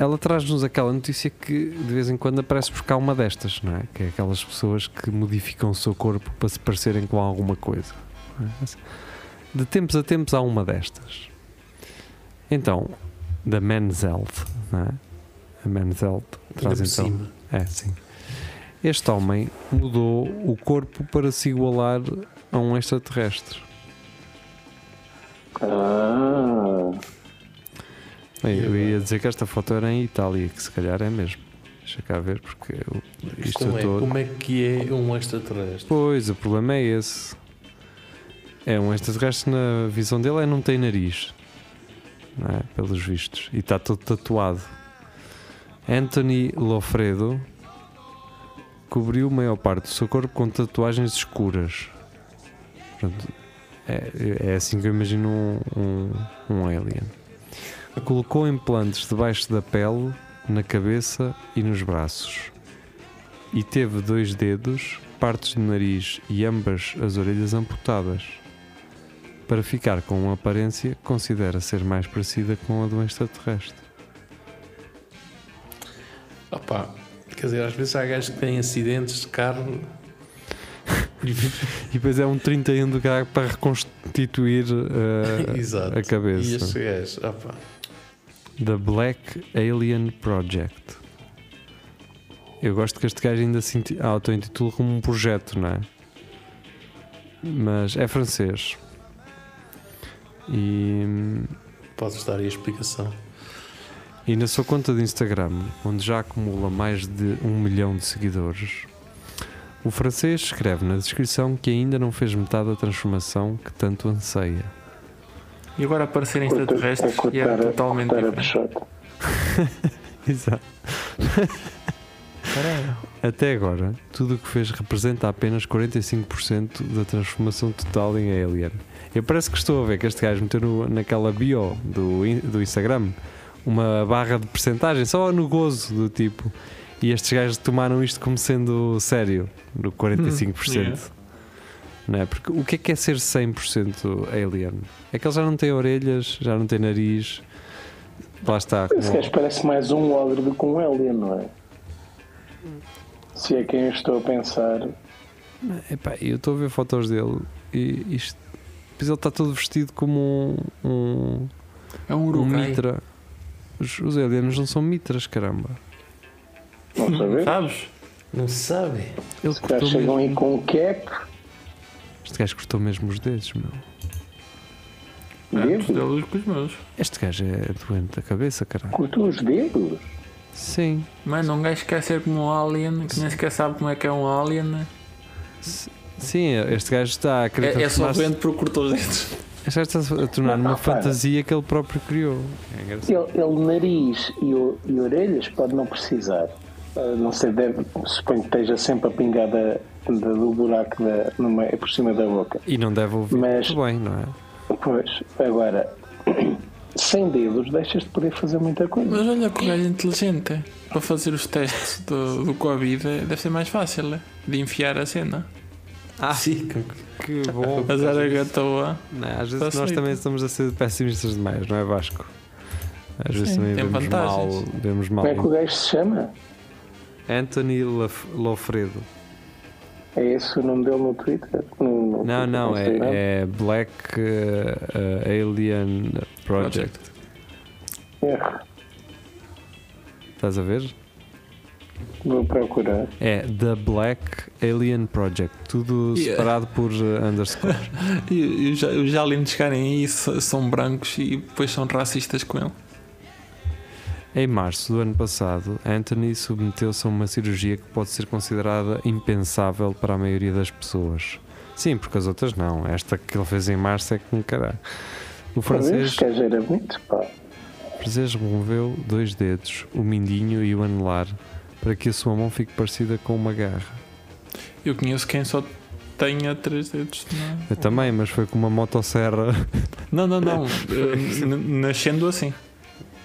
Ela traz-nos aquela notícia que de vez em quando aparece por cá uma destas, não é? Que é aquelas pessoas que modificam o seu corpo para se parecerem com alguma coisa. não é? De tempos a tempos há uma destas. Então, da Men's Health, não é? A Men's Health
Ainda
traz
por
então.
cima.
É, sim. Este homem mudou o corpo para se igualar a um extraterrestre.
Ah,
Bem, eu ia dizer que esta foto era em Itália, que se calhar é mesmo. Deixa cá ver, porque eu- isto
como,
eu
é,
estou.
como é que é um extraterrestre?
Pois, o problema é esse. É um extraterrestre, na visão dele, é não tem nariz. Não é? Pelos vistos. E está todo tatuado. Anthony Lofredo cobriu a maior parte do seu corpo com tatuagens escuras. Portanto, é, é assim que eu imagino um, um, um alien. Colocou implantes debaixo da pele, na cabeça e nos braços. E teve dois dedos, partes do nariz e ambas as orelhas amputadas. Para ficar com uma aparência que considera ser mais parecida com a do extraterrestre.
Opa, quer dizer, às vezes há gajos que têm acidentes de carro.
E depois é um 31 do caralho para reconstituir eh,
Exato.
a cabeça.
E este gajo, opa.
The Black Alien Project. Eu gosto que este gajo ainda se inti- ah, auto-intitula como um projeto, não é? Mas é francês. E, hum,
Podes dar aí a explicação.
e na sua conta de Instagram, onde já acumula mais de um milhão de seguidores, o francês escreve na descrição que ainda não fez metade da transformação que tanto anseia.
E agora aparecerem
Cortar-
extraterrestres
a
e era
cortar- a
totalmente
cortar a
diferente.
peixota.
Exato.
Caralho.
Até agora, tudo o que fez representa apenas 45% da transformação total em Alien. Eu parece que estou a ver que este gajo meteu no- naquela bio do, in- do Instagram uma barra de percentagem, só no gozo do tipo. E estes gajos tomaram isto como sendo sério, no
Hum,
45%. Não é? Porque o que é que é ser 100% alien? É que ele já não tem orelhas, já não tem nariz. Lá está.
Esse
como-
gajo parece mais um ogre do que um alien, não é? Se é quem eu estou a pensar.
Epá, eu estou a ver fotos dele e isto. Depois ele está todo vestido como um. um,
É um
um
uruguai.
mitra. Os, os alienos não são mitras, caramba.
Não sabes?
É. Hum.
Sabes? Não sabe.
Ele
Os caras
cortou
chegam aí
mesmo-
com um cap,
Este gajo cortou mesmo os dedos, meu.
Ah, tu dá
dedo,
luz com os meus.
Este gajo é doente da cabeça, caramba.
cortou os dedos.
Sim.
Mano, um gajo quer ser como um alien, que nem sequer sabe como é que é um alien.
S- Sim, este gajo está a querer
É, é só
transformar-se-
vendo para o cortou os dedos.
Este gajo está a tornar
Não,
uma
repara.
fantasia que ele próprio criou. É engraçado.
Ele, ele nariz e, o- e orelhas pode não precisar. Ah, não sei, deve, suponho que esteja sempre a pingar da, da- do buraco da, numa, por cima da boca.
E não deve ouvir
Mas-
muito bem, não é?
Pois, agora, sem dedos deixas de poder fazer muita coisa.
Mas olha que o gajo é inteligente. Para fazer os testes do, do Covid eh, deve ser mais fácil eh, de enfiar a cena.
Ah,
Sim, que-
que bom.
A zaragatoa
Não, às vezes nós
Facilita.
também estamos a ser pessimistas demais, não é Vasco? Às vezes também
tem
vemos mal,
vantagens.
vemos mal.
Como é que o gajo se chama?
Anthony Lof- Lofredo.
É esse o nome dele no Twitter? No- no-
Não,
no
não,
Instagram?
é, é Black eh, eh, Alien Project. é-
Erro.
Estás a ver?
Vou procurar.
É The Black Alien Project. Tudo
Yeah.
separado por eh, underscore.
E, e os, os aliens chegarem aí s- são brancos e depois são racistas com ele.
Em março do ano passado, Anthony submeteu-se a uma cirurgia que pode ser considerada impensável para a maioria das pessoas. Sim, porque as outras não. Esta que ele fez em março é que me caralho. O francês,
Francês. Este gajo era bonito, pá.
o francês removeu dois dedos, o mindinho e o anelar, para que a sua mão fique parecida com uma garra.
Eu conheço quem só tenha três dedos. é?
Eu também, mas foi com uma motosserra.
Não, não, não. não. Eh, n- Nascendo assim.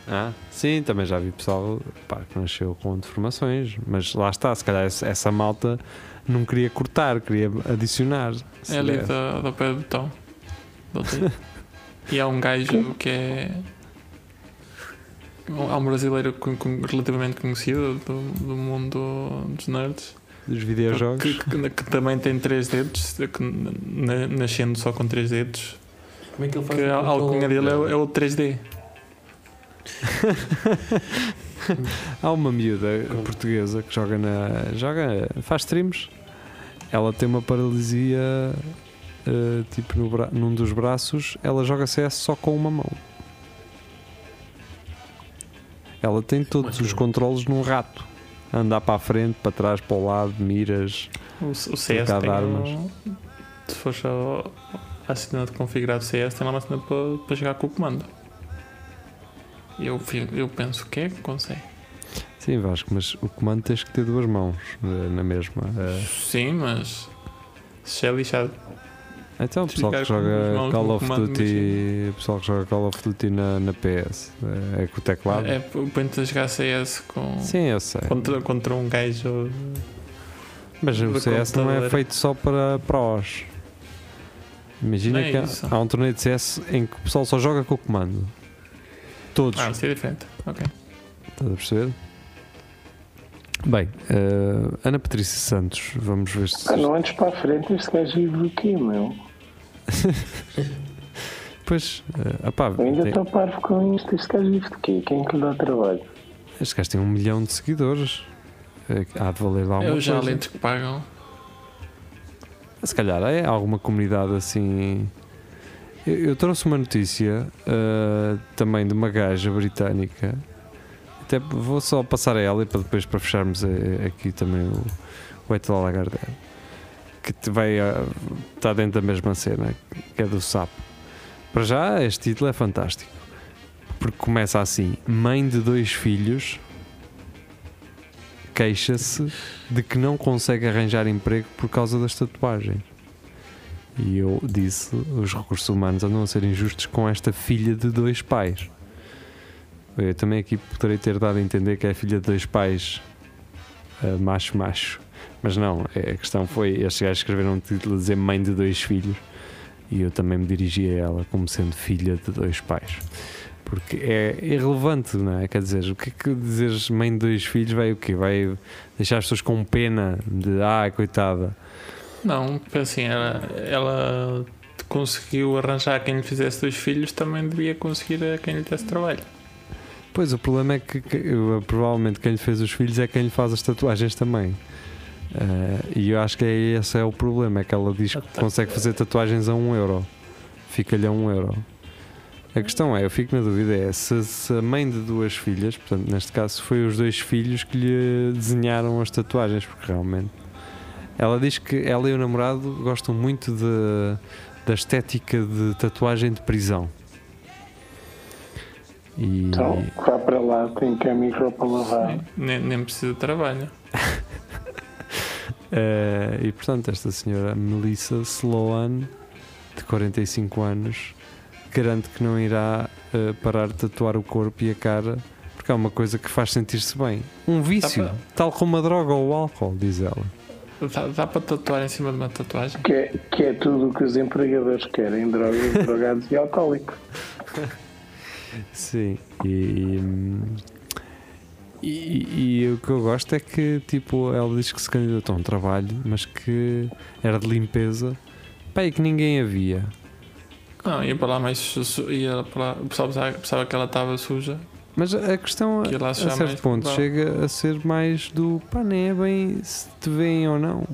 Ah, sim, também já vi pessoal pá, que nasceu com deformações, mas lá está, se calhar essa essa malta não queria cortar, queria adicionar. se
É ali
der.
da, da pé do botão. Do outro. e há um gajo que é. Há um brasileiro con- con- relativamente conhecido do, do mundo dos nerds
dos videojogos.
que, que- que também tem três dedos, que na- nascendo só com três dedos.
Como é que ele faz?
Que a
o
alcunha dele é, o- é o 3D.
Há uma miúda portuguesa que joga na. joga. faz streams. Ela tem uma paralisia eh, tipo no bra- num dos braços. Ela joga CS só com uma mão. Ela tem todos os controles num rato. Andar para a frente, para trás, para o lado, miras.
O, o CS
Trocar
tem
de armas.
o- se fores ao, a cena de configurar o CS tem lá uma cena para, para jogar com o comando. Eu, fi- eu penso que é que consegue.
Sim, Vasco, mas o comando tens que ter duas mãos eh, na mesma. eh.
Sim, mas se é lixado.
então, o pessoal que
Ficar com duas
joga
mãos
Call
no
of
comando
Duty, o pessoal que joga Call of Duty na, na PS, eh, é com o teclado.
É, eu ponho-te a jogar CS com,
Sim, eu sei.
contra, contra um gajo.
Mas o
do
CS não é
computador.
feito só para prós. Imagina
Não é
que há-
isso.
há um torneio de CS em que o pessoal só joga com o comando. Todos.
Ah, isso é diferente. Ok.
Estás a perceber? Bem, eh, Ana Patrícia Santos, vamos ver se.
Ah, não antes para a frente, este gajo vive do quê, meu?
Pois, eh, opá,
Eu ainda
tem-
estou parvo com isto, este gajo vive de quê? Quem é que lhe dá trabalho?
este gajo tem um milhão de seguidores. Eh, Há de valer lá
É
alguma
os
coisa.
aliens que pagam.
Se calhar é alguma comunidade assim. Eu, eu trouxe uma notícia ah, também de uma gaja britânica. Até vou só passar a ela e para depois para fecharmos eh, aqui também o, o Etel Lagarde. Que te vai ah, está dentro da mesma cena, que é do sapo. Para já, este título é fantástico. Porque começa assim: Mãe de dois filhos queixa-se de que não consegue arranjar emprego por causa das tatuagens. E eu disse: os recursos humanos andam a ser injustos com esta filha de dois pais. Eu também aqui poderei ter dado a entender que é filha de dois pais macho-macho. Mas não, é- a questão foi: estes gajos escreveram um título a dizer mãe de dois filhos. E eu também me dirigi a ela como sendo filha de dois pais. Porque é irrelevante, não é? Quer dizer, o que é que dizeres mãe de dois filhos vai o quê? Vai deixar as pessoas com pena de ah, coitada.
Não, assim, ela, ela conseguiu arranjar quem lhe fizesse dois filhos, também devia conseguir a quem lhe desse trabalho.
Pois o problema é que, que, eh, provavelmente quem lhe fez os filhos é quem lhe faz as tatuagens também. Ah, e eu acho que é, esse é o problema, é que ela diz que consegue fazer tatuagens a um euro. Fica-lhe a um euro. A questão é, eu fico na dúvida, é se, se a mãe de duas filhas, portanto, neste caso, foi os dois filhos que lhe desenharam as tatuagens, porque realmente. Ela diz que ela e o namorado gostam muito de- da estética de tatuagem de prisão. E,
Então, vá para lá, tem que a micro para lavar.
Nem, nem precisa de trabalho.
Eh, e portanto, esta senhora Melissa Sloan, de 45 anos, garante que não irá eh, parar de tatuar o corpo e a cara, porque é uma coisa que faz sentir-se bem. Um vício,
Tá pa-
tal como a droga ou o álcool, diz ela.
Dá, dá para tatuar em cima de uma tatuagem?
Que é, que é tudo o que os empregadores querem: drogas, drogados e alcoólicos.
Sim, e, hum, e, e o que eu gosto é que tipo, ela diz que se candidatou a um trabalho, mas que era de limpeza, pá, e que ninguém havia.
Não, ia para lá mais. su- su- Ia para lá, o pessoal pensava, pensava que ela estava suja.
Mas a questão
Que lá
a
se chama
certo
isso,
ponto
vá.
chega a ser mais do pá, nem é bem se te veem ou não.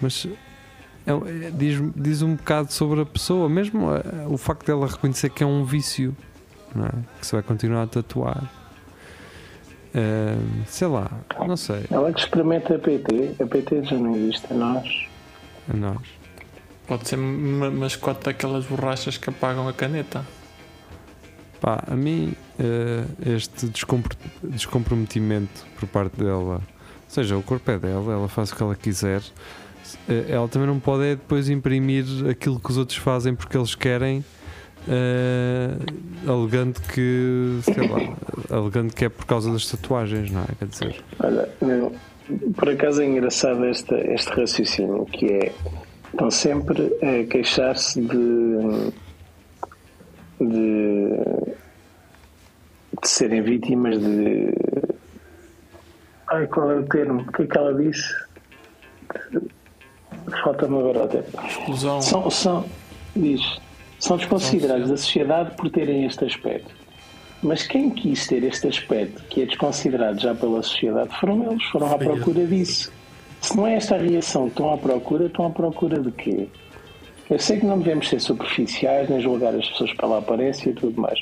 Mas é um- é- diz, diz um bocado sobre a pessoa, mesmo eh, o facto dela reconhecer que é um vício, não é? que se vai continuar a tatuar. Ahm, sei lá, não sei,
Ela que experimenta a PT, a PT já não existe, a nós.
a nós.
Pode ser uma mascote daquelas borrachas que apagam a caneta.
Pá, a mim eh, este descompro- descomprometimento por parte dela, ou seja, o corpo é dela, ela faz o que ela quiser, Eh, ela também não pode é depois imprimir aquilo que os outros fazem porque eles querem, eh, alegando que sei lá, alegando que é por causa das tatuagens, não é? Quer dizer,
Olha, não, por acaso é engraçado este, este raciocínio, que é estão sempre a queixar-se de, de, de serem vítimas de. Ai, qual é o termo? O que é que ela disse? Falta-me agora o termo.
Explosão.
São, são, diz, são desconsiderados da sociedade por terem este aspecto. Mas quem quis ter este aspecto, que é desconsiderado já pela sociedade, foram eles, foram à procura disso. Se não é esta a reação que estão à procura, estão à procura de quê? Eu sei que não devemos ser superficiais, nem julgar as pessoas pela aparência e tudo mais.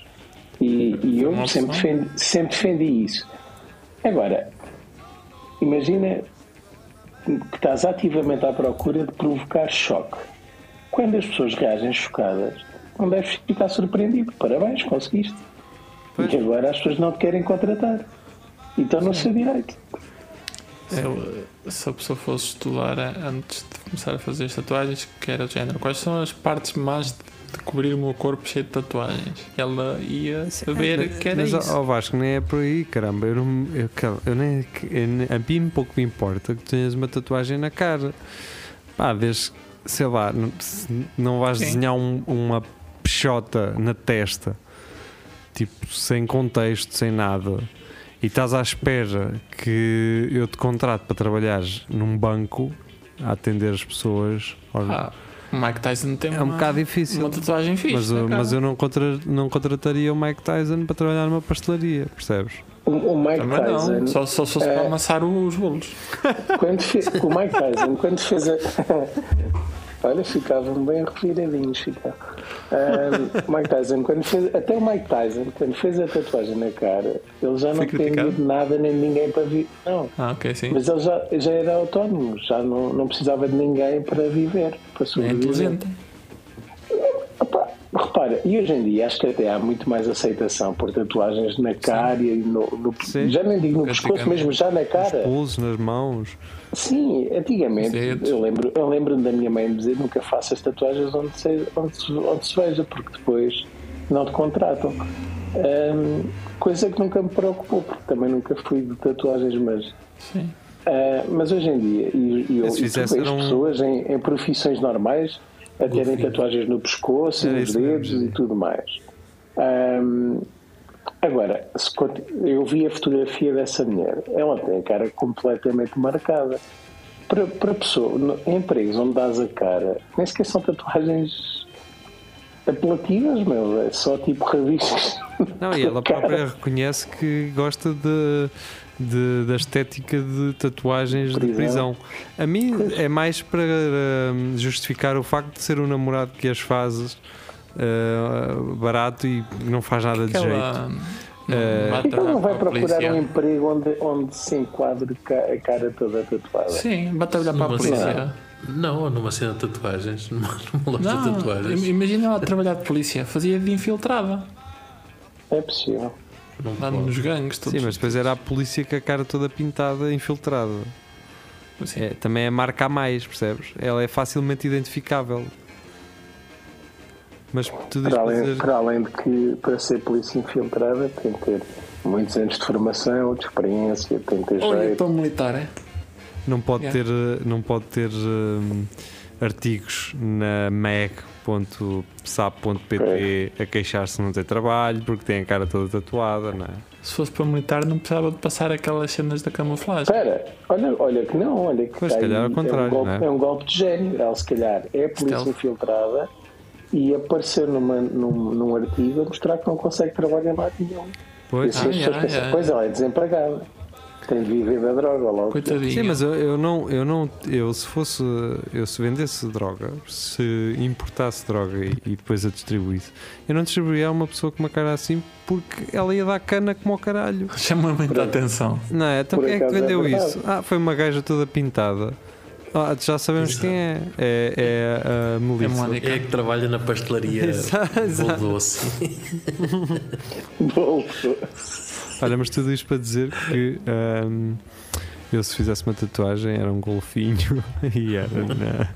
E, e eu
Uma
sempre
opção.
defendi, sempre defendi isso. Agora, imagina que estás ativamente à procura de provocar choque Quando as pessoas reagem chocadas, não deves ficar surpreendido. Parabéns, conseguiste.
Pois.
E agora as pessoas não te querem contratar. Então não sei direito.
Se, eu- se a pessoa fosse estudar a- antes de começar a fazer as tatuagens, que era o género, quais são as partes mais de cobrir o meu corpo cheio de tatuagens? Ela ia saber que era
É, Mas
isso.
ó, ó, Vasco, nem é por aí, caramba. Eu, não, eu, cal- eu nem. eu nem- a mim pouco me importa que tenhas uma tatuagem na cara. Pá, desde. que, Sei lá, não, se não vais
Sim.
desenhar um- uma peixota na testa, tipo, sem contexto, sem nada, e estás à espera que eu te contrate para trabalhar num banco a atender as pessoas. olha,
Ah, o Mike Tyson tem
é um
uma,
bocado difícil.
uma tatuagem fixe.
Mas,
na
eu-
cara.
mas eu não, contra- não contrataria o Mike Tyson para trabalhar numa pastelaria, percebes?
O, o Mike
Também
Tyson.
não, só, só, só se
é-
para amassar os bolos.
Quando fez, o Mike Tyson, quando fez a. Olha, ficavam bem reviradinhos. Ficavam. Ahm, Mike Tyson, quando fez. Até o Mike Tyson, quando fez a tatuagem na cara, ele já
Foi
não
criticado?
dependia de nada nem de ninguém para vir. Não,
Ah, ok, sim.
mas ele já, já era autónomo, já não, não precisava de ninguém para viver, para
É
sobreviver.
inteligente.
Opa, repara, e hoje em dia acho que até há muito mais aceitação por tatuagens na cara e no, no-
Sim.
já nem digo no pescoço,
Praticamente.
mesmo já na cara.
Pulsos nas mãos.
Sim, antigamente
é
Dedos.
eu lembro, eu lembro da minha mãe dizer nunca faças tatuagens onde se, onde se, onde se veja, porque depois não te contratam. Ahm, coisa que nunca me preocupou, porque também nunca fui de tatuagens, mas,
Sim.
ah, mas hoje em dia, e, e eu
se
e tu
fizesse
vês
era um-
pessoas em, em profissões normais a terem tatuagens no pescoço, e
Era
nos
isso mesmo,
dedos
José.
e tudo mais. Ahm, agora, se conti- eu vi a fotografia dessa mulher, ela tem a cara completamente marcada para, para pessoa, no- em empregos onde dás a cara, nem sequer são tatuagens apelativas, meu, é só tipo revistas.
Não, e ela própria reconhece que gosta de, de- da estética de tatuagens de prisão.
Prisão.
A mim é mais para hum, justificar o facto de ser um namorado que as fazes uh, barato e não faz nada de jeito.
Aquela.
Eh,
Por que ela Então não vai
para a
procurar
polícia.
um emprego onde, onde se enquadre ca- a cara toda tatuada?
Sim, batalhar para a
Numa
polícia.
cena.
é-
Não, numa cena de tatuagens, numa, numa loja de
Não,
tatuagens.
im- imagina ela trabalhar de polícia, fazia de infiltrada,
É possível.
Não
lá
pode.
nos gangues, todos.
Sim, mas depois era a polícia com a cara toda pintada, infiltrada.
Sim.
É, também é marca a mais, percebes? Ela é facilmente identificável. Mas tu dizes
Para
para
além,
dizer-
para além de que para ser polícia infiltrada tem que ter muitos anos de formação, de experiência, tem que ter
Olha,
jeito.
estou militar, é?
não pode
Yeah.
ter, eh, não pode ter hum, artigos na mag.sap.pt a queixar-se de não ter trabalho porque tem a cara toda tatuada, não é?
Se fosse para militar, não precisava de passar aquelas cenas da camuflagem.
Espera, olha, olha que não, olha que
Mas se
está
calhar
aí,
ao contrário,
é, um golpe,
não é?
é um golpe de gênio. Ela se calhar é a polícia
Stealth.
infiltrada e apareceu numa, num, num artigo a mostrar que não consegue trabalhar em lado nenhum. E
Pois.
assim
Ah,
as pessoas
é, é,
pensam,
é.
pois ela é desempregada, tem de viver da droga logo.
Coitadinho.
Sim, mas eu, eu não, eu não, eu se fosse, eu se vendesse droga, se importasse droga e, e depois a distribuísse, eu não distribuía a uma pessoa com uma cara assim porque ela ia dar cana como ao caralho.
Chama muito a atenção.
Não é? Então
Por
quem é que
acaso é
vendeu
verdade.
isso? Ah, foi uma gaja toda pintada. Ah, já sabemos quem é. É, é a
É
Melissa.
Mónica.
É que trabalha na pastelaria assim,
Exato, exato.
Bolo doce.
Olha, mas tudo isto para dizer que ahm, eu se fizesse uma tatuagem era um golfinho e era na,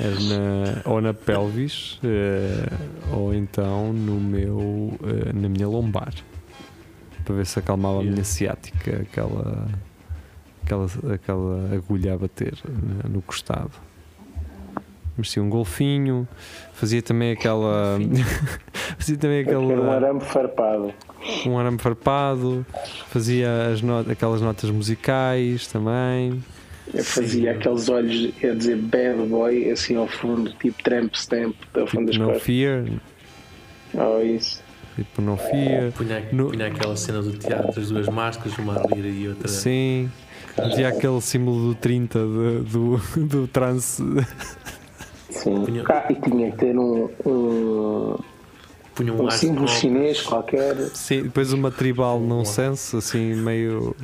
era na- ou na pelvis eh, ou então no meu eh, na minha lombar para ver se acalmava a minha ciática aquela aquela aquela agulha a bater né, no costado mas sim, um golfinho fazia também aquela fazia também
Aquele
aquela
um arame farpado.
um arame farpado, fazia as no- aquelas notas musicais também.
Eu fazia aqueles olhos a dizer bad boy assim ao fundo, tipo tramp stamp ao
Tipo,
fundo das
no
costas.
fear,
Oh, isso.
tipo, no fear.
Punha,
No-
punha aquela cena do teatro, as duas máscaras, uma a rir e outra.
Sim. Havia assim. aquele símbolo do 30 de- do, do trance.
Sim.
Punha-
Ah, e tinha que ter um, um,
Punha um,
um
ar-
símbolo chinês qualquer.
Sim, depois uma tribal nonsense, assim, meio.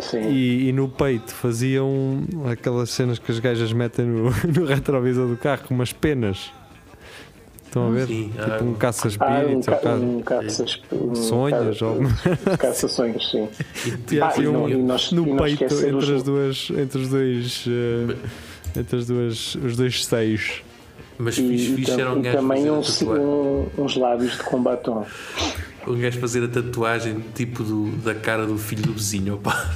Sim.
E, e no peito faziam aquelas cenas que as gajas metem no, no retrovisor do carro, umas penas. Estão a ver?
Sim,
Tipo um
ah,
Ah, um,
caça-espíritos, ou
ca
ca-
um caças, um
É. sonhos,
ca-
ou
caça-sonhos, sim.
e-
Ah,
e
um-
não- e nós- e
no
não
peito
esquecer os-
entre as duas, entre os dois, eh, entre as duas, os dois seios.
Mas
E,
fixe,
e
fixe
tam-
era um
e
gajo
também
fazer a
um-
tatuagem.
um- uns lábios de combatão.
Um gajo fazer a tatuagem tipo do, da cara do filho do vizinho, pá.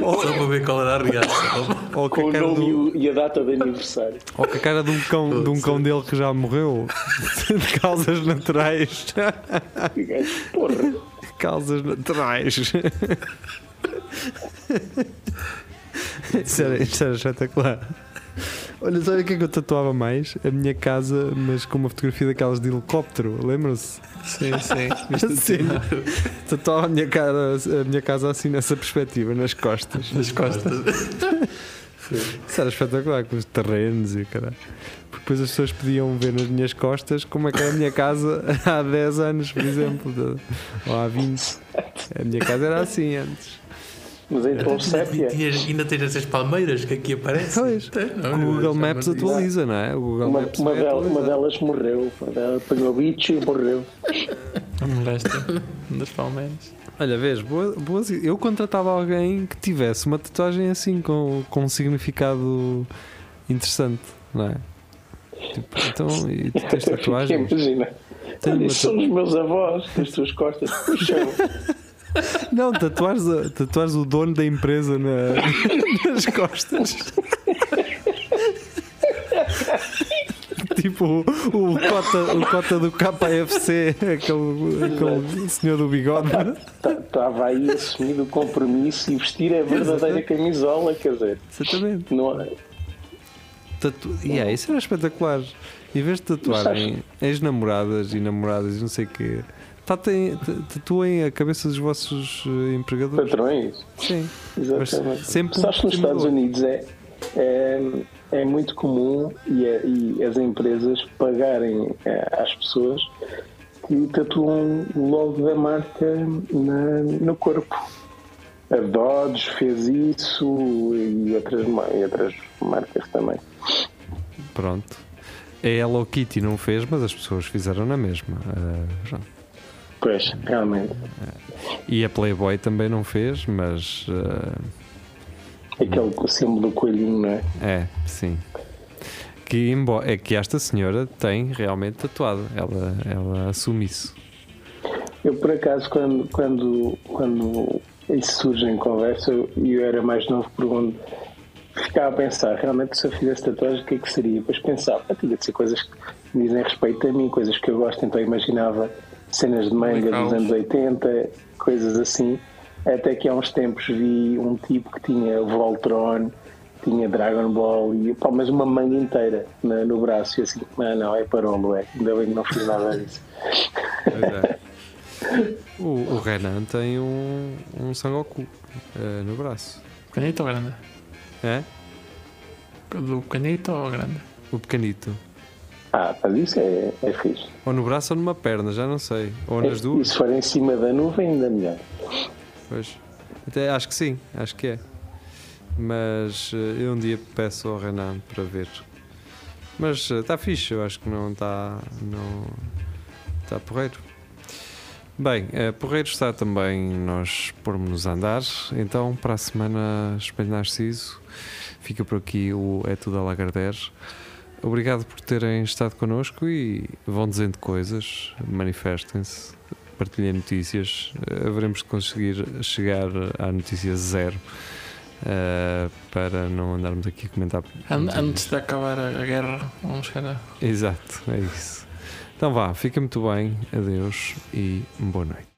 Só para ver qual era a reação.
Ou
Com
a
o
cara
nome e
do,
o- e a data de aniversário.
ou com a cara de um cão, de um cão dele que já morreu de causas naturais.
E o gajo, Porra,
causas naturais. Isso era, isso era espetacular. Olha, sabe o que é que eu tatuava mais? A minha casa, mas com uma fotografia daquelas de helicóptero, lembram-se?
Sim, sim.
Assim, tatuava a minha, cara, a minha casa assim nessa perspectiva, nas costas.
Nas costas.
Isso era espetacular, com os terrenos e o caralho. Porque depois as pessoas podiam ver nas minhas costas como é que era a minha casa há 10 anos, por exemplo, de- ou há 20. A minha casa era assim antes.
mas então sépia.
tipo E tinhas- ainda tens essas palmeiras que aqui aparecem.
Pois.
Não,
O Google
já
Maps
não-
atualiza, não é? O Google
Uma,
Maps
uma,
vai
del- uma
atualizar.
delas morreu. Uma delas apanhou bicho e morreu.
Um resto das palmeiras.
Olha, vês, boa- boas, eu contratava alguém que tivesse uma tatuagem assim com, com um significado interessante, não é? Tipo, então, e tu tens tatuagens?
Imagina.
Tenho
Olha,
uma
são os meus avós, das tuas costas. Puxa,
Não, tatuares, a- tatuares o dono da empresa na- nas costas. tipo o, o cota, o cota do KFC, aquele, aquele senhor do bigode.
estava aí assumido o compromisso e vestir a verdadeira camisola, quer dizer.
Exatamente.
Não, é?
Tatu... Yeah, isso era espetacular. Em vez de tatuarem ex-namoradas e namoradas e não sei o quê, tatem- ta- tatuem a cabeça dos vossos eh, empregadores.
patrões.
Sim. Mas
é Exatamente.
sempre um
Sabes que nos
estímulo.
Estados Unidos é, é, é muito comum e, é- e as empresas pagarem é, às pessoas que tatuam o logo da marca na- no corpo. A Dodge fez isso e outras, ma- e outras marcas também.
Pronto. A Hello Kitty não fez, mas as pessoas fizeram na mesma. Ah, pronto.
Pois, realmente.
e a Playboy também não fez, mas. ah,
Aquele co- símbolo do coelhinho, não é?
É, sim. Que, embo- é que esta senhora tem realmente tatuado. Ela, ela assume isso.
Eu, por acaso, quando, quando, quando isso surge em conversa, eu- e eu era mais novo, pergunto, ficava a pensar, realmente, se eu fizesse tatuagem, o que é que seria? Depois pensava, ah, tinha de ser coisas que me dizem respeito a mim, coisas que eu gosto, então imaginava cenas de manga dos
Legal.
anos 80, coisas assim. Até que há uns tempos vi um tipo que tinha Voltron, tinha Dragon Ball, e, pá, mas uma manga inteira na- no braço. E eu assim, ah, não, é parombo, é. Ainda bem que não fiz nada disso.
O, é. o Renan tem um, um Sangoku eh, no braço.
Pequenito ou grande?
É?
Do pequenito ou grande?
O pequenito.
Ah, mas isso é, é fixe.
Ou no braço ou numa perna, já não sei. Ou
E
nas duas,
É, se for em cima da nuvem, ainda melhor.
pois. Até acho que sim, acho que é. Mas eh, eu um dia peço ao Renan para ver. Mas está fixe, eu acho que não está. Não. Está porreiro. Bem, eh, porreiro está também nós pormos-nos a andar. Então, para a semana, Espelho Narciso, fica por aqui o É Tudo a Lagardère. Obrigado por terem estado connosco e vão dizendo coisas, manifestem-se, partilhem notícias. Eh, Haveremos de conseguir chegar à notícia zero eh, para não andarmos aqui a comentar.
An-
notícias.
antes de acabar a a guerra, vamos chegar a.
Exato, é isso. Então vá, fica muito bem, adeus e boa noite.